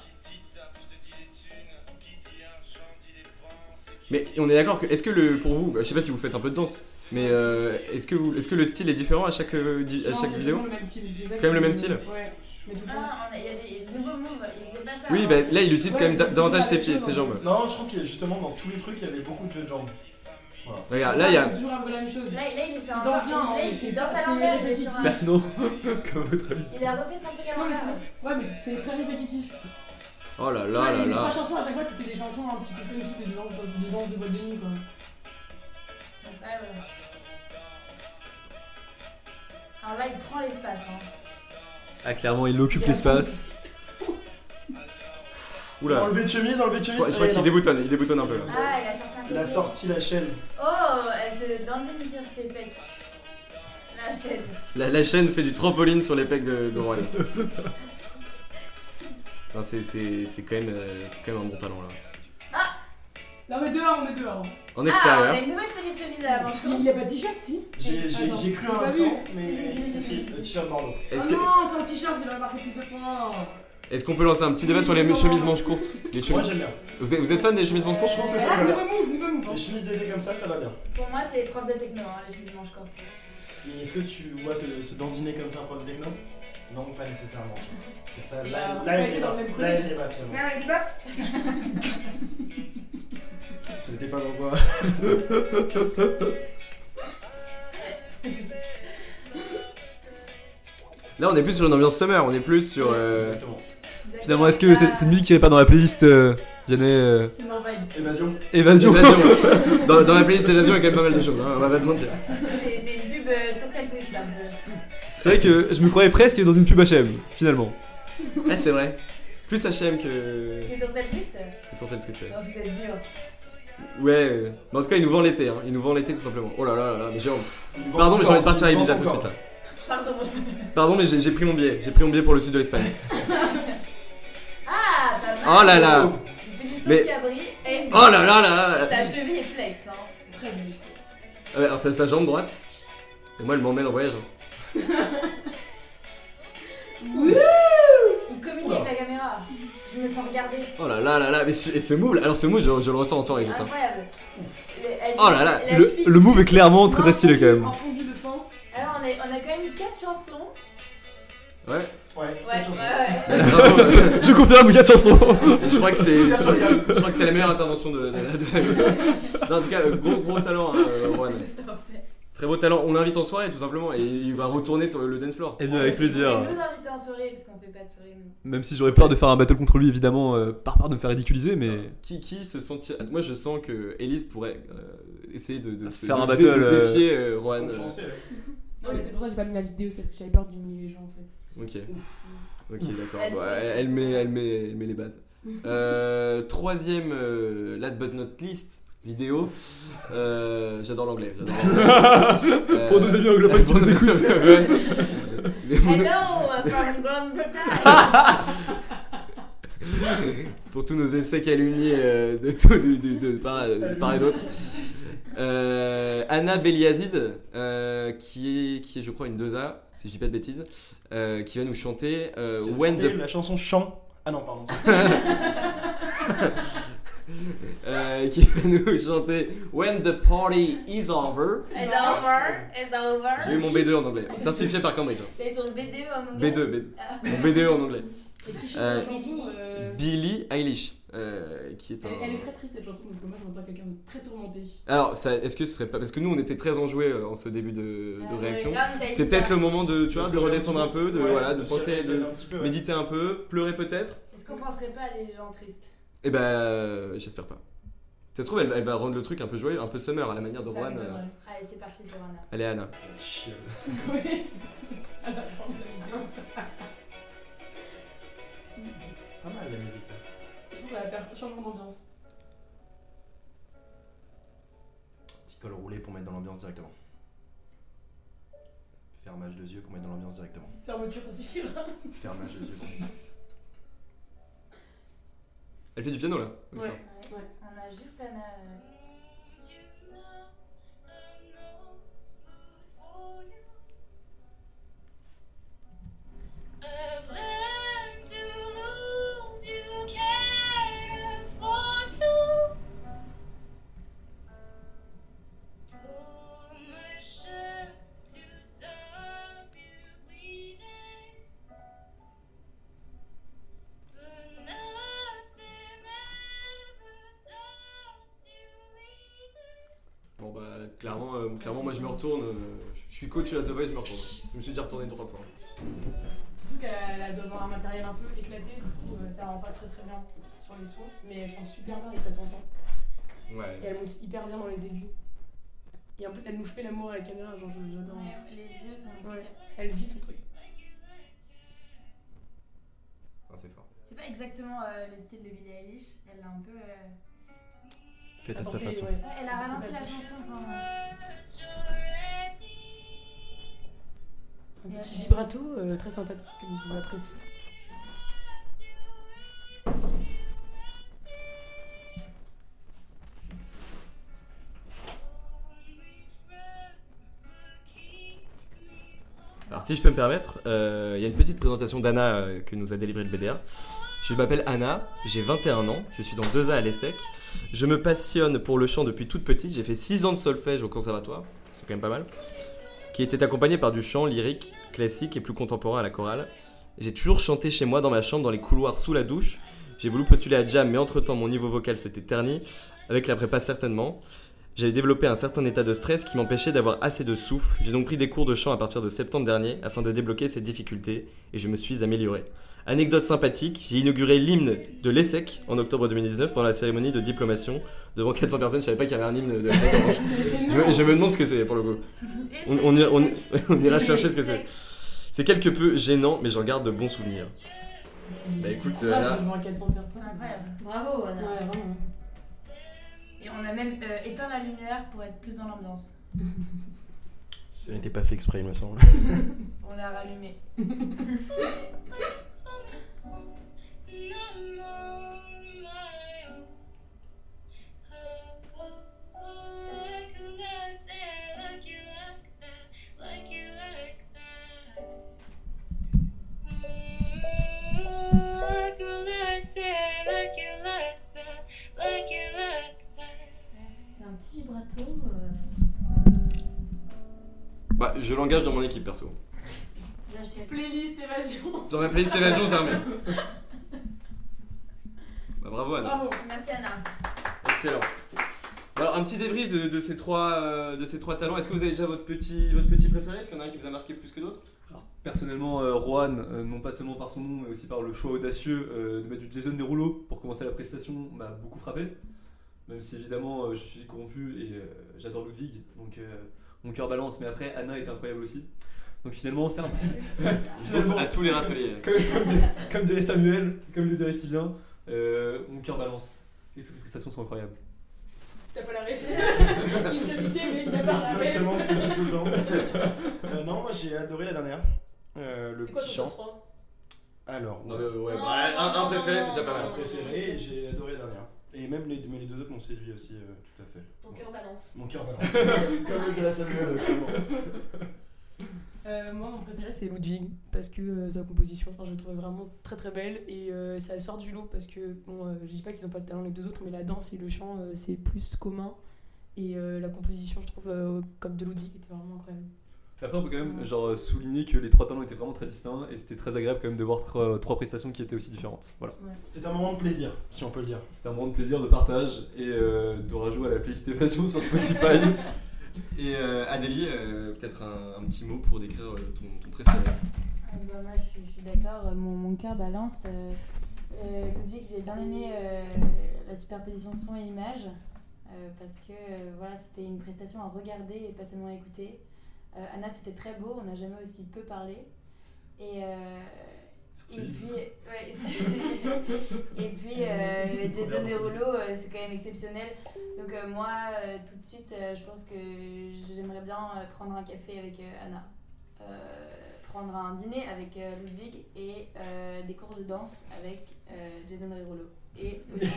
[SPEAKER 2] Mais on est d'accord que est-ce que le pour vous, je sais pas si vous faites un peu de danse, mais euh, est-ce que vous est-ce que le style est différent à chaque euh, di- à
[SPEAKER 10] Non,
[SPEAKER 2] chaque
[SPEAKER 10] c'est
[SPEAKER 2] vidéo
[SPEAKER 10] toujours le même style, c'est
[SPEAKER 2] C'est quand même le même style.
[SPEAKER 10] Ouais, mais tout le temps.
[SPEAKER 11] ah, on a- il y a des des nouveaux moves. Il faisait pas ça.
[SPEAKER 2] Oui,
[SPEAKER 11] avant.
[SPEAKER 2] bah là il utilise quand
[SPEAKER 10] Ouais,
[SPEAKER 2] même
[SPEAKER 10] c'est
[SPEAKER 2] da- davantage ses
[SPEAKER 10] toujours la
[SPEAKER 2] pieds,
[SPEAKER 10] même
[SPEAKER 2] ses
[SPEAKER 10] chose,
[SPEAKER 2] jambes.
[SPEAKER 5] Non, je trouve qu'il y a justement dans tous les trucs, il y avait beaucoup de jeux de jambes. Voilà.
[SPEAKER 2] Regarde, Ah. là il y a
[SPEAKER 10] C'est toujours un peu la même chose.
[SPEAKER 11] Là, là, il est sur un
[SPEAKER 10] Il danse
[SPEAKER 11] pas-
[SPEAKER 10] bien, hein,
[SPEAKER 11] là, il-
[SPEAKER 10] mais
[SPEAKER 11] il
[SPEAKER 10] c'est-
[SPEAKER 11] danse à
[SPEAKER 10] c'est
[SPEAKER 11] l'envers. il est sur un-
[SPEAKER 10] répétitif.
[SPEAKER 8] Sinon, comme votre habitude.
[SPEAKER 11] Il a refait son truc à
[SPEAKER 10] Ouais, mais
[SPEAKER 11] l'envers.
[SPEAKER 10] c'est- Ouais, mais c'est très répétitif.
[SPEAKER 2] Oh là
[SPEAKER 10] Ouais,
[SPEAKER 2] là là
[SPEAKER 10] les
[SPEAKER 2] là.
[SPEAKER 10] trois chansons à chaque fois c'était des chansons un petit peu funky de danse de, danse de boîte de nuit quoi.
[SPEAKER 11] Ouais, ouais. Alors là, il prend l'espace. Hein.
[SPEAKER 8] Ah, clairement, il occupe l'espace.
[SPEAKER 2] Oula.
[SPEAKER 5] Enlever de chemise, enlever de
[SPEAKER 2] Je
[SPEAKER 5] chemise.
[SPEAKER 2] crois, je crois
[SPEAKER 5] Allez,
[SPEAKER 2] qu'il
[SPEAKER 5] non.
[SPEAKER 2] déboutonne, il déboutonne un peu là.
[SPEAKER 11] Ah, il a sorti un
[SPEAKER 5] Il a
[SPEAKER 11] côté.
[SPEAKER 5] sorti la chaîne.
[SPEAKER 11] Oh, elle se dandine sur ses pecs. La chaîne.
[SPEAKER 2] La, la chaîne fait du trampoline sur les pecs de, de Rohan. Non, c'est, c'est, c'est quand même, euh, c'est quand même un bon talent là.
[SPEAKER 10] Là on est dehors, on est dehors.
[SPEAKER 2] En
[SPEAKER 11] Ah,
[SPEAKER 2] extérieur.
[SPEAKER 11] on a une nouvelle petite chemise à la manche courte.
[SPEAKER 10] Il n'y a pas de t-shirt si
[SPEAKER 5] J'ai j'ai-
[SPEAKER 10] Attends,
[SPEAKER 5] j'ai cru
[SPEAKER 10] j'ai
[SPEAKER 5] un
[SPEAKER 10] pas
[SPEAKER 5] instant,
[SPEAKER 10] vu.
[SPEAKER 5] mais
[SPEAKER 11] Si, si, si,
[SPEAKER 5] si,
[SPEAKER 11] si.
[SPEAKER 5] le t-shirt Bordeaux.
[SPEAKER 2] Est-ce,
[SPEAKER 10] oh
[SPEAKER 2] que,
[SPEAKER 10] non, c'est un t-shirt, il va marquer plus de points.
[SPEAKER 2] est-ce qu'on peut lancer un petit débat sur les chemises manches courtes les
[SPEAKER 5] Moi
[SPEAKER 2] chemises...
[SPEAKER 5] j'aime bien.
[SPEAKER 2] vous, êtes, vous êtes fan des chemises manches courtes
[SPEAKER 5] Je trouve que ça
[SPEAKER 10] Ah,
[SPEAKER 5] va bien.
[SPEAKER 10] nouveau move, nouveau move.
[SPEAKER 5] Les chemises d'été comme ça, ça va bien.
[SPEAKER 11] Euh, Pour moi, c'est prof de techno, hein, les chemises manches courtes.
[SPEAKER 5] Mais est-ce que tu vois que se dandiner comme ça un prof techno Non, pas nécessairement. C'est ça,
[SPEAKER 10] Bah,
[SPEAKER 5] là,
[SPEAKER 10] on
[SPEAKER 5] là il
[SPEAKER 10] peut aller
[SPEAKER 5] est
[SPEAKER 10] dans
[SPEAKER 5] là.
[SPEAKER 10] le même
[SPEAKER 5] Là
[SPEAKER 10] collège.
[SPEAKER 5] il est là finalement.
[SPEAKER 10] Ouais, ouais, bah.
[SPEAKER 5] C'était pas dans quoi.
[SPEAKER 2] Là, on est plus sur une ambiance summer, on est plus sur. euh,
[SPEAKER 5] Exactement.
[SPEAKER 11] Vous avez
[SPEAKER 8] Finalement, est-ce
[SPEAKER 11] un
[SPEAKER 8] que cette,
[SPEAKER 11] gars-
[SPEAKER 8] cette musique n'est pas dans la playlist euh, Vianney, euh,
[SPEAKER 10] C'est normal.
[SPEAKER 5] Évasion.
[SPEAKER 8] Évasion
[SPEAKER 2] Évasion. dans, dans la playlist Évasion, il y a quand même pas mal de choses, hein, on va pas se mentir.
[SPEAKER 11] Ah, C'est c'est une pub euh, Total Twist là. un peu.
[SPEAKER 8] C'est vrai que je me croyais presque dans une pub HM, finalement.
[SPEAKER 5] Eh,
[SPEAKER 2] Ah, c'est vrai. Plus HM que.
[SPEAKER 11] Les Total Twist
[SPEAKER 2] que Tourtel Twist, ouais.
[SPEAKER 11] Non, vous êtes dur.
[SPEAKER 2] Ouais, euh, mais en tout cas, il nous vend l'été, hein. il nous vend l'été tout simplement. Oh là là là là, mais j'ai honte.
[SPEAKER 5] Il vend
[SPEAKER 2] Pardon,
[SPEAKER 5] son
[SPEAKER 2] mais j'ai envie de
[SPEAKER 5] corps,
[SPEAKER 2] partir à
[SPEAKER 5] il vend
[SPEAKER 2] Ibiza
[SPEAKER 5] son
[SPEAKER 2] tout de
[SPEAKER 5] corps.
[SPEAKER 2] suite là.
[SPEAKER 11] Pardon.
[SPEAKER 2] Pardon, mais j'ai j'ai pris mon billet. J'ai pris mon billet pour le sud de l'Espagne.
[SPEAKER 11] Ah, pas mal.
[SPEAKER 2] Oh là là.
[SPEAKER 11] Il fait du saut
[SPEAKER 2] Mais-
[SPEAKER 11] de cabri et.
[SPEAKER 2] Oh là là là là.
[SPEAKER 11] Sa cheville est flex, hein. Très bien.
[SPEAKER 2] Ah ouais, alors, c'est sa jambe droite. Et moi, elle m'emmène en voyage. hein.
[SPEAKER 11] Il communique avec la caméra. Je me sens regardée.
[SPEAKER 2] Oh là là là là. Mais ce- et ce move, alors ce move, je, je le ressens en soirée. putain.
[SPEAKER 11] Incroyable. Le- elle-
[SPEAKER 2] Oh là là.
[SPEAKER 11] la
[SPEAKER 2] Le,
[SPEAKER 11] cheville-
[SPEAKER 2] le move est clairement très très stylé quand même.
[SPEAKER 11] En fondu de fond. Alors on a, on a quand même eu 4 chansons.
[SPEAKER 2] Ouais.
[SPEAKER 11] Ouais, ouais, ouais.
[SPEAKER 2] je confirme, 4 chansons. Je crois que c'est, je crois, je crois que c'est la meilleure intervention de, de, de- Non, en tout cas, euh, gros gros talent, hein, euh, Juan. Très beau talent. On l'invite en soirée, tout simplement, et il va retourner t- le dance floor.
[SPEAKER 8] Eh bien, avec plaisir.
[SPEAKER 11] Nous inviter en soirée parce qu'on fait pas de soirée nous.
[SPEAKER 8] Même si j'aurais peur de faire un battle contre lui, évidemment, euh, par peur de me faire ridiculiser, mais.
[SPEAKER 2] Euh, Qui, qui se sentit Moi, je sens que Elise pourrait euh, essayer de, de se-
[SPEAKER 8] Faire
[SPEAKER 2] de-
[SPEAKER 8] un
[SPEAKER 2] de-
[SPEAKER 8] battle,
[SPEAKER 2] de défier
[SPEAKER 8] euh,
[SPEAKER 2] euh, Juan.
[SPEAKER 8] concurrencer,
[SPEAKER 10] Non, mais c'est pour ça que j'ai pas mis ma vidéo, c'est parce que j'avais peur d'humilier les gens en fait.
[SPEAKER 2] Ok. Ok,
[SPEAKER 10] Ouf.
[SPEAKER 2] d'accord.
[SPEAKER 10] Elle
[SPEAKER 2] Bon,
[SPEAKER 10] fait
[SPEAKER 2] elle,
[SPEAKER 10] ça.
[SPEAKER 2] elle met, elle, met, elle met les bases. Euh, troisième, euh, last but not least, vidéo. Euh, j'adore l'anglais. j'adore l'anglais. Euh,
[SPEAKER 8] Pour nos amis anglophones qui nous écoutent.
[SPEAKER 2] Ouais. Mais mon-
[SPEAKER 11] Hello uh, from Grand Bretagne.
[SPEAKER 2] Pour tous nos essais calumniés euh, de, tout- du- du- de part, de part et d'autre. Euh, Anna Beliazid, euh, qui, est, qui est, je crois, une 2A, si je dis pas de bêtises, euh, qui va nous chanter euh, When the
[SPEAKER 5] Chanter La chanson Chant. Ah non, pardon.
[SPEAKER 2] Euh, qui va nous chanter When the party is over.
[SPEAKER 11] It's over, it's over.
[SPEAKER 2] J'ai eu mon E B2 en anglais, certifié par Cambridge.
[SPEAKER 11] T'as eu ton BD en anglais
[SPEAKER 2] B2, B2.
[SPEAKER 11] Ah.
[SPEAKER 2] Mon B2 en anglais.
[SPEAKER 10] Et qui chante
[SPEAKER 2] Euh,
[SPEAKER 10] cette chanson euh,
[SPEAKER 2] Billie Eilish, euh, qui est un.
[SPEAKER 10] elle, elle est très triste cette chanson, donc moi je m'entends quelqu'un de très tourmenté.
[SPEAKER 2] Alors, ça- est-ce que ce serait pas parce que nous on était très enjoués euh, en ce début de, de
[SPEAKER 10] Ah,
[SPEAKER 2] réaction.
[SPEAKER 10] ouais, grave, t'as dit
[SPEAKER 2] C'est
[SPEAKER 10] ça.
[SPEAKER 2] peut-être le moment de, tu vois, de redescendre un peu, de
[SPEAKER 5] Ouais,
[SPEAKER 2] voilà, de
[SPEAKER 5] de se
[SPEAKER 2] penser, de
[SPEAKER 5] calmer un petit peu, ouais.
[SPEAKER 2] méditer un peu, pleurer peut-être.
[SPEAKER 11] Est-ce qu'on penserait pas à des gens tristes
[SPEAKER 2] Eh ben, euh, j'espère pas. Ça se trouve, elle, elle va rendre le truc un peu joyeux, un peu summer à la manière de
[SPEAKER 11] Ça
[SPEAKER 2] Juan.
[SPEAKER 11] m'étonnerait.
[SPEAKER 2] euh.
[SPEAKER 11] Allez, c'est parti pour Anna.
[SPEAKER 2] Allez, Anna.
[SPEAKER 10] Ouais. À la fin de la vidéo.
[SPEAKER 5] Pas mal la musique.
[SPEAKER 10] Je pense que ça va faire changement d'ambiance.
[SPEAKER 5] Petit col roulé pour mettre dans l'ambiance directement. Fermage de yeux pour mettre dans l'ambiance directement.
[SPEAKER 10] Fermeture, ça hein. suffira.
[SPEAKER 5] Fermage de yeux.
[SPEAKER 2] Elle fait du piano là.
[SPEAKER 10] Ouais.
[SPEAKER 2] D'accord.
[SPEAKER 10] ouais.
[SPEAKER 11] On a juste Anna. euh,
[SPEAKER 2] Bon bah clairement, euh, clairement moi je me retourne, euh, je- je suis coach à The Voice, je me retourne. Je me suis déjà retourné trois fois.
[SPEAKER 10] Surtout qu'elle elle doit avoir un matériel un peu éclaté, du coup euh, ça rend pas très très bien sur les sons, mais elle chante super bien et ça s'entend.
[SPEAKER 2] Ouais.
[SPEAKER 10] Et elle monte hyper bien dans les aigus. Et en plus elle nous fait l'amour à la caméra, genre je- j'adore.
[SPEAKER 11] Ouais, les yeux sont.
[SPEAKER 10] Ouais. Elle vit son truc.
[SPEAKER 2] Ah, c'est fort.
[SPEAKER 11] C'est pas exactement euh, le style de Billie Eilish. Elle l'a un peu. euh,
[SPEAKER 5] Faites à sa
[SPEAKER 10] Apporter,
[SPEAKER 5] façon.
[SPEAKER 10] ouais.
[SPEAKER 11] Ouais, elle a ralenti la chanson.
[SPEAKER 10] Un petit vibrato euh, très sympathique que vous pouvez apprécier.
[SPEAKER 2] Alors si je peux me permettre, euh, il y a une petite présentation d'Anna euh, que nous a délivré le BDR. Je m'appelle Anna, j'ai 21 ans, je suis en 2A à l'ESSEC. Je me passionne pour le chant depuis toute petite, j'ai fait 6 ans de solfège au conservatoire, c'est quand même pas mal, qui était accompagné par du chant lyrique, classique et plus contemporain à la chorale. J'ai toujours chanté chez moi dans ma chambre, dans les couloirs, sous la douche. J'ai voulu postuler à Jam, mais entre-temps mon niveau vocal s'était terni, avec la prépa certainement. J'avais développé un certain état de stress qui m'empêchait d'avoir assez de souffle. J'ai donc pris des cours de chant à partir de septembre dernier afin de débloquer ces difficultés et je me suis amélioré. Anecdote sympathique, j'ai inauguré l'hymne de l'ESSEC en octobre 2019 pendant la cérémonie de diplomation devant 400 personnes. Je savais pas qu'il y avait un hymne de l'ESSEC. je, me- je me demande ce que c'est pour le coup. On, on ira- on- on ira chercher ce que c'est. C'est quelque peu gênant, mais j'en garde de bons souvenirs. Bah écoute, euh, là,
[SPEAKER 10] Devant 400
[SPEAKER 11] C'est
[SPEAKER 10] personnes.
[SPEAKER 11] incroyable. Bravo, Anna.
[SPEAKER 10] Ouais, vraiment.
[SPEAKER 11] Et on a même euh, éteint la lumière pour être plus dans l'ambiance.
[SPEAKER 9] Ce n'était pas fait exprès, il me semble.
[SPEAKER 11] On l'a rallumé.
[SPEAKER 5] Un petit vibrato. euh,
[SPEAKER 2] Bah, je l'engage dans mon équipe perso.
[SPEAKER 3] Playlist évasion.
[SPEAKER 2] Dans ma playlist évasion, je la remets. Bah, bravo Anna.
[SPEAKER 3] Bravo.
[SPEAKER 11] Merci Anna.
[SPEAKER 2] Excellent. Alors, un petit débrief de, de ces, trois, euh, de ces trois talents. Est-ce que vous avez déjà votre petit, votre petit préféré Est-ce qu'il y en a un qui vous a marqué plus que d'autres
[SPEAKER 8] Personnellement, euh, Rohan, euh, non pas seulement par son nom, mais aussi par le choix audacieux euh, de mettre du Jason Derulo pour commencer la prestation, m'a beaucoup frappé. Même si évidemment, euh, je suis corrompu et euh, j'adore Ludwig, donc euh, mon cœur balance. Mais après, Anna est incroyable aussi. Donc finalement, c'est impossible. finalement,
[SPEAKER 2] À tous les râteliers.
[SPEAKER 8] Comme, comme dir- comme dirait Samuel, comme le dirait si bien, euh, mon cœur balance. Et toutes les prestations sont incroyables.
[SPEAKER 3] T'as pas la réponse. Il t'a cité, mais il n'a pas la réponse.
[SPEAKER 9] Exactement ce que j'ai tout le temps. Euh, non, moi j'ai adoré la dernière. Euh, le
[SPEAKER 3] C'est quoi ton
[SPEAKER 9] petit chant.
[SPEAKER 3] top 3
[SPEAKER 9] Alors,
[SPEAKER 2] Non, mais ouais, bah, un, un préféré, c'est déjà pas
[SPEAKER 9] mon
[SPEAKER 2] mal.
[SPEAKER 9] préféré, j'ai adoré la dernière. Et même les, mais les deux autres m'ont séduit aussi, euh, tout à fait.
[SPEAKER 3] Ton cœur balance.
[SPEAKER 9] Mon cœur balance. Comme le de la Samuel, clairement.
[SPEAKER 3] Euh, moi, mon préféré, c'est Ludwig, parce que euh, sa composition, enfin, je la trouvais vraiment très très belle, et euh, ça sort du lot, parce que, bon, euh, je dis pas qu'ils ont pas de talent les deux autres, mais la danse et le chant, euh, c'est plus commun, et euh, la composition, je trouve, euh, comme de Ludwig, était vraiment incroyable.
[SPEAKER 8] Après, on peut quand même genre, souligner que les trois talents étaient vraiment très distincts et c'était très agréable quand même de voir trois, trois prestations qui étaient aussi différentes. Voilà.
[SPEAKER 9] C'était un moment de plaisir, si on peut le dire.
[SPEAKER 8] C'était un moment de plaisir, de partage et euh, de rajout à la playlist évasion sur Spotify.
[SPEAKER 2] Et euh, Adélie, euh, peut-être un, un petit mot pour décrire euh, ton, ton préféré.
[SPEAKER 11] Euh, bah, moi, je suis, je suis d'accord. euh, Mon, mon cœur balance. Euh, euh, Ludwig, j'ai bien aimé euh, la superposition son et image euh, parce que euh, voilà, c'était une prestation à regarder et pas seulement à écouter. Euh, Anna, c'était très beau. On n'a jamais aussi peu parlé. Et, euh, et puis, ouais, c'est- et puis euh, Jason Derulo, euh, c'est quand même exceptionnel. Donc euh, moi, euh, tout de suite, euh, je pense que j'aimerais bien euh, prendre un café avec euh, Anna. Euh, prendre un dîner avec euh, Ludwig et euh, des cours de danse avec euh, Jason Derulo. Et aussi...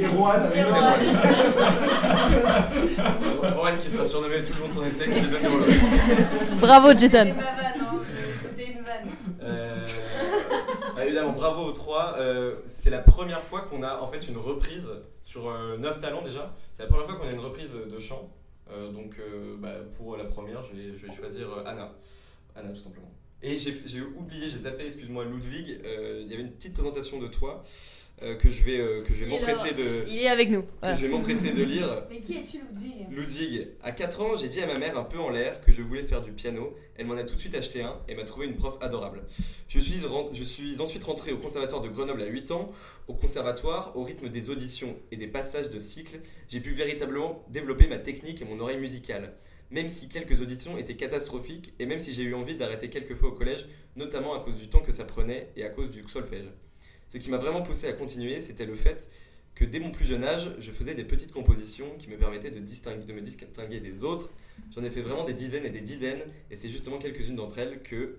[SPEAKER 9] Et Rohan avec
[SPEAKER 11] Et Rohan.
[SPEAKER 2] Rowan qui sera surnommé tout le monde son essai, qui les a mis au lot.
[SPEAKER 5] Bravo, Jason.
[SPEAKER 11] C'était ma vanne, hein, c'était une vanne.
[SPEAKER 2] Euh, ah, évidemment, bravo aux trois. Euh, c'est la première fois qu'on a en fait une reprise sur euh, neuf 9 talents déjà. C'est la première fois qu'on a une reprise de chant. Euh, donc euh, bah, pour la première, je vais, je vais choisir euh, Anna. Anna tout simplement. Et j'ai j'ai oublié, j'ai zappé, excuse-moi, Ludwig. euh, Il y avait une petite présentation de toi euh, que je vais, euh, que je vais
[SPEAKER 5] Il est là.
[SPEAKER 2] m'empresser de,
[SPEAKER 5] Il est avec nous.
[SPEAKER 2] que
[SPEAKER 5] Voilà.
[SPEAKER 2] je vais m'empresser de lire.
[SPEAKER 11] Mais qui es-tu Ludwig
[SPEAKER 2] Ludwig, à 4 ans, j'ai dit à ma mère un peu en l'air que je voulais faire du piano. Elle m'en a tout de suite acheté un et m'a trouvé une prof adorable. Je suis, ren- je suis ensuite rentré au conservatoire de Grenoble à 8 ans. Au conservatoire, au rythme des auditions et des passages de cycle, j'ai pu véritablement développer ma technique et mon oreille musicale. Même si quelques auditions étaient catastrophiques et même si j'ai eu envie d'arrêter quelques fois au collège, notamment à cause du temps que ça prenait et à cause du solfège. Ce qui m'a vraiment poussé à continuer, c'était le fait que dès mon plus jeune âge, je faisais des petites compositions qui me permettaient de, distinguer, de me distinguer des autres. J'en ai fait vraiment des dizaines et des dizaines, et c'est justement quelques-unes d'entre elles que,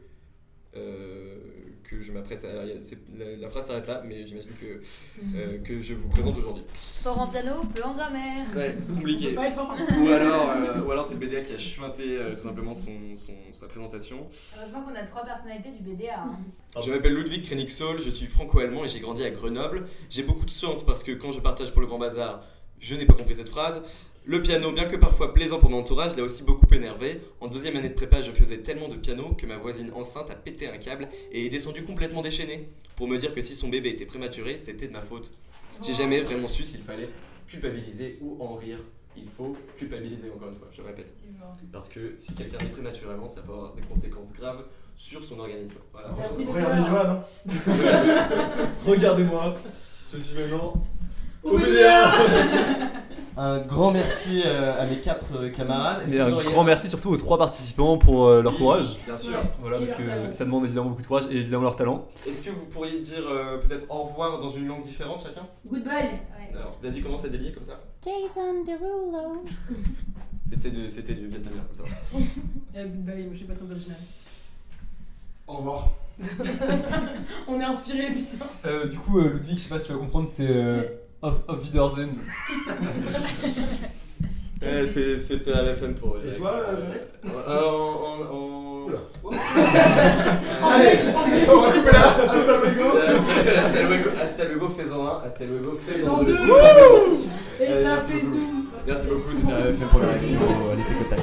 [SPEAKER 2] euh, que je m'apprête à... alors, il y a- c'est- la, la phrase s'arrête là, mais j'imagine que, euh, que je vous présente aujourd'hui.
[SPEAKER 5] Fort en piano, peu en grammaire.
[SPEAKER 2] Ouais,
[SPEAKER 3] On peut
[SPEAKER 2] compliqué.
[SPEAKER 3] pas être fort.
[SPEAKER 2] Ou alors, euh, ou alors c'est le BDA qui a chuinté euh, tout simplement son, son- sa présentation.
[SPEAKER 11] Heureusement qu'on a trois personnalités du BDA. hein.
[SPEAKER 2] Alors, je m'appelle Ludwig Krenixol, je suis franco-allemand et j'ai grandi à Grenoble. J'ai beaucoup de chance parce que quand je partage pour le Grand Bazar, je n'ai pas compris cette phrase. Le piano, bien que parfois plaisant pour mon entourage, l'a aussi beaucoup énervé. En deuxième année de prépa, je faisais tellement de piano que ma voisine enceinte a pété un câble et est descendue complètement déchaînée pour me dire que si son bébé était prématuré, c'était de ma faute. J'ai jamais vraiment su s'il fallait culpabiliser ou en rire. Il faut culpabiliser encore une fois, je le répète.
[SPEAKER 11] Effectivement.
[SPEAKER 2] Parce que si quelqu'un est prématurément, ça peut avoir des conséquences graves sur son organisme. Voilà.
[SPEAKER 3] Merci beaucoup.
[SPEAKER 9] Regardez Johan, hein.
[SPEAKER 8] Regardez-moi, je suis maintenant
[SPEAKER 3] Au BDA.
[SPEAKER 10] Un grand merci euh, à mes quatre euh, camarades. Est-ce
[SPEAKER 8] Et
[SPEAKER 10] que
[SPEAKER 8] un
[SPEAKER 10] vous auriez-
[SPEAKER 8] grand merci surtout aux trois participants pour euh, leur courage.
[SPEAKER 2] Bien sûr.
[SPEAKER 3] Ouais.
[SPEAKER 8] Voilà,
[SPEAKER 3] Et
[SPEAKER 8] parce
[SPEAKER 3] leur talent.
[SPEAKER 8] que ça demande évidemment beaucoup de courage et évidemment leur talent.
[SPEAKER 2] Est-ce que vous pourriez dire euh, peut-être au revoir dans une langue différente chacun
[SPEAKER 3] Goodbye.
[SPEAKER 11] Ouais.
[SPEAKER 2] Alors, vas-y, commence à délier comme ça.
[SPEAKER 11] Jason Derulo.
[SPEAKER 2] C'était du, c'était du vietnamien, faut le savoir.
[SPEAKER 10] Euh, Goodbye, je suis pas très original.
[SPEAKER 9] Au revoir.
[SPEAKER 10] On est inspiré, putain.
[SPEAKER 8] Euh, du coup, euh, Ludwig, je sais pas si tu vas comprendre, c'est euh, Auf, auf Wiedersehen.
[SPEAKER 2] Ouais, Eh, c'est- c'était à la FM pour. Et
[SPEAKER 9] toi, euh,
[SPEAKER 2] euh, En. en- Euh, en-
[SPEAKER 9] Allez, on va couper là. Hasta luego.
[SPEAKER 2] Hasta luego. Hasta luego, faisons un. Hasta luego, faisons
[SPEAKER 9] Faisons
[SPEAKER 2] deux.
[SPEAKER 9] deux.
[SPEAKER 2] Tout simplement.
[SPEAKER 9] Et
[SPEAKER 2] Euh,
[SPEAKER 9] ça
[SPEAKER 2] merci
[SPEAKER 9] fait
[SPEAKER 2] beaucoup.
[SPEAKER 9] zoom.
[SPEAKER 2] Merci beaucoup, c'était à la FM pour la réaction. Allez, c'est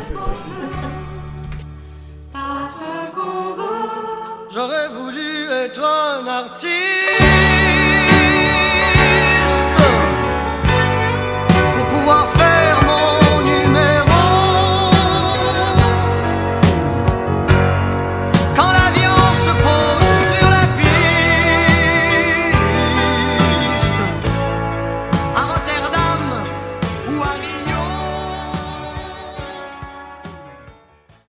[SPEAKER 1] J'aurais voulu être un artiste.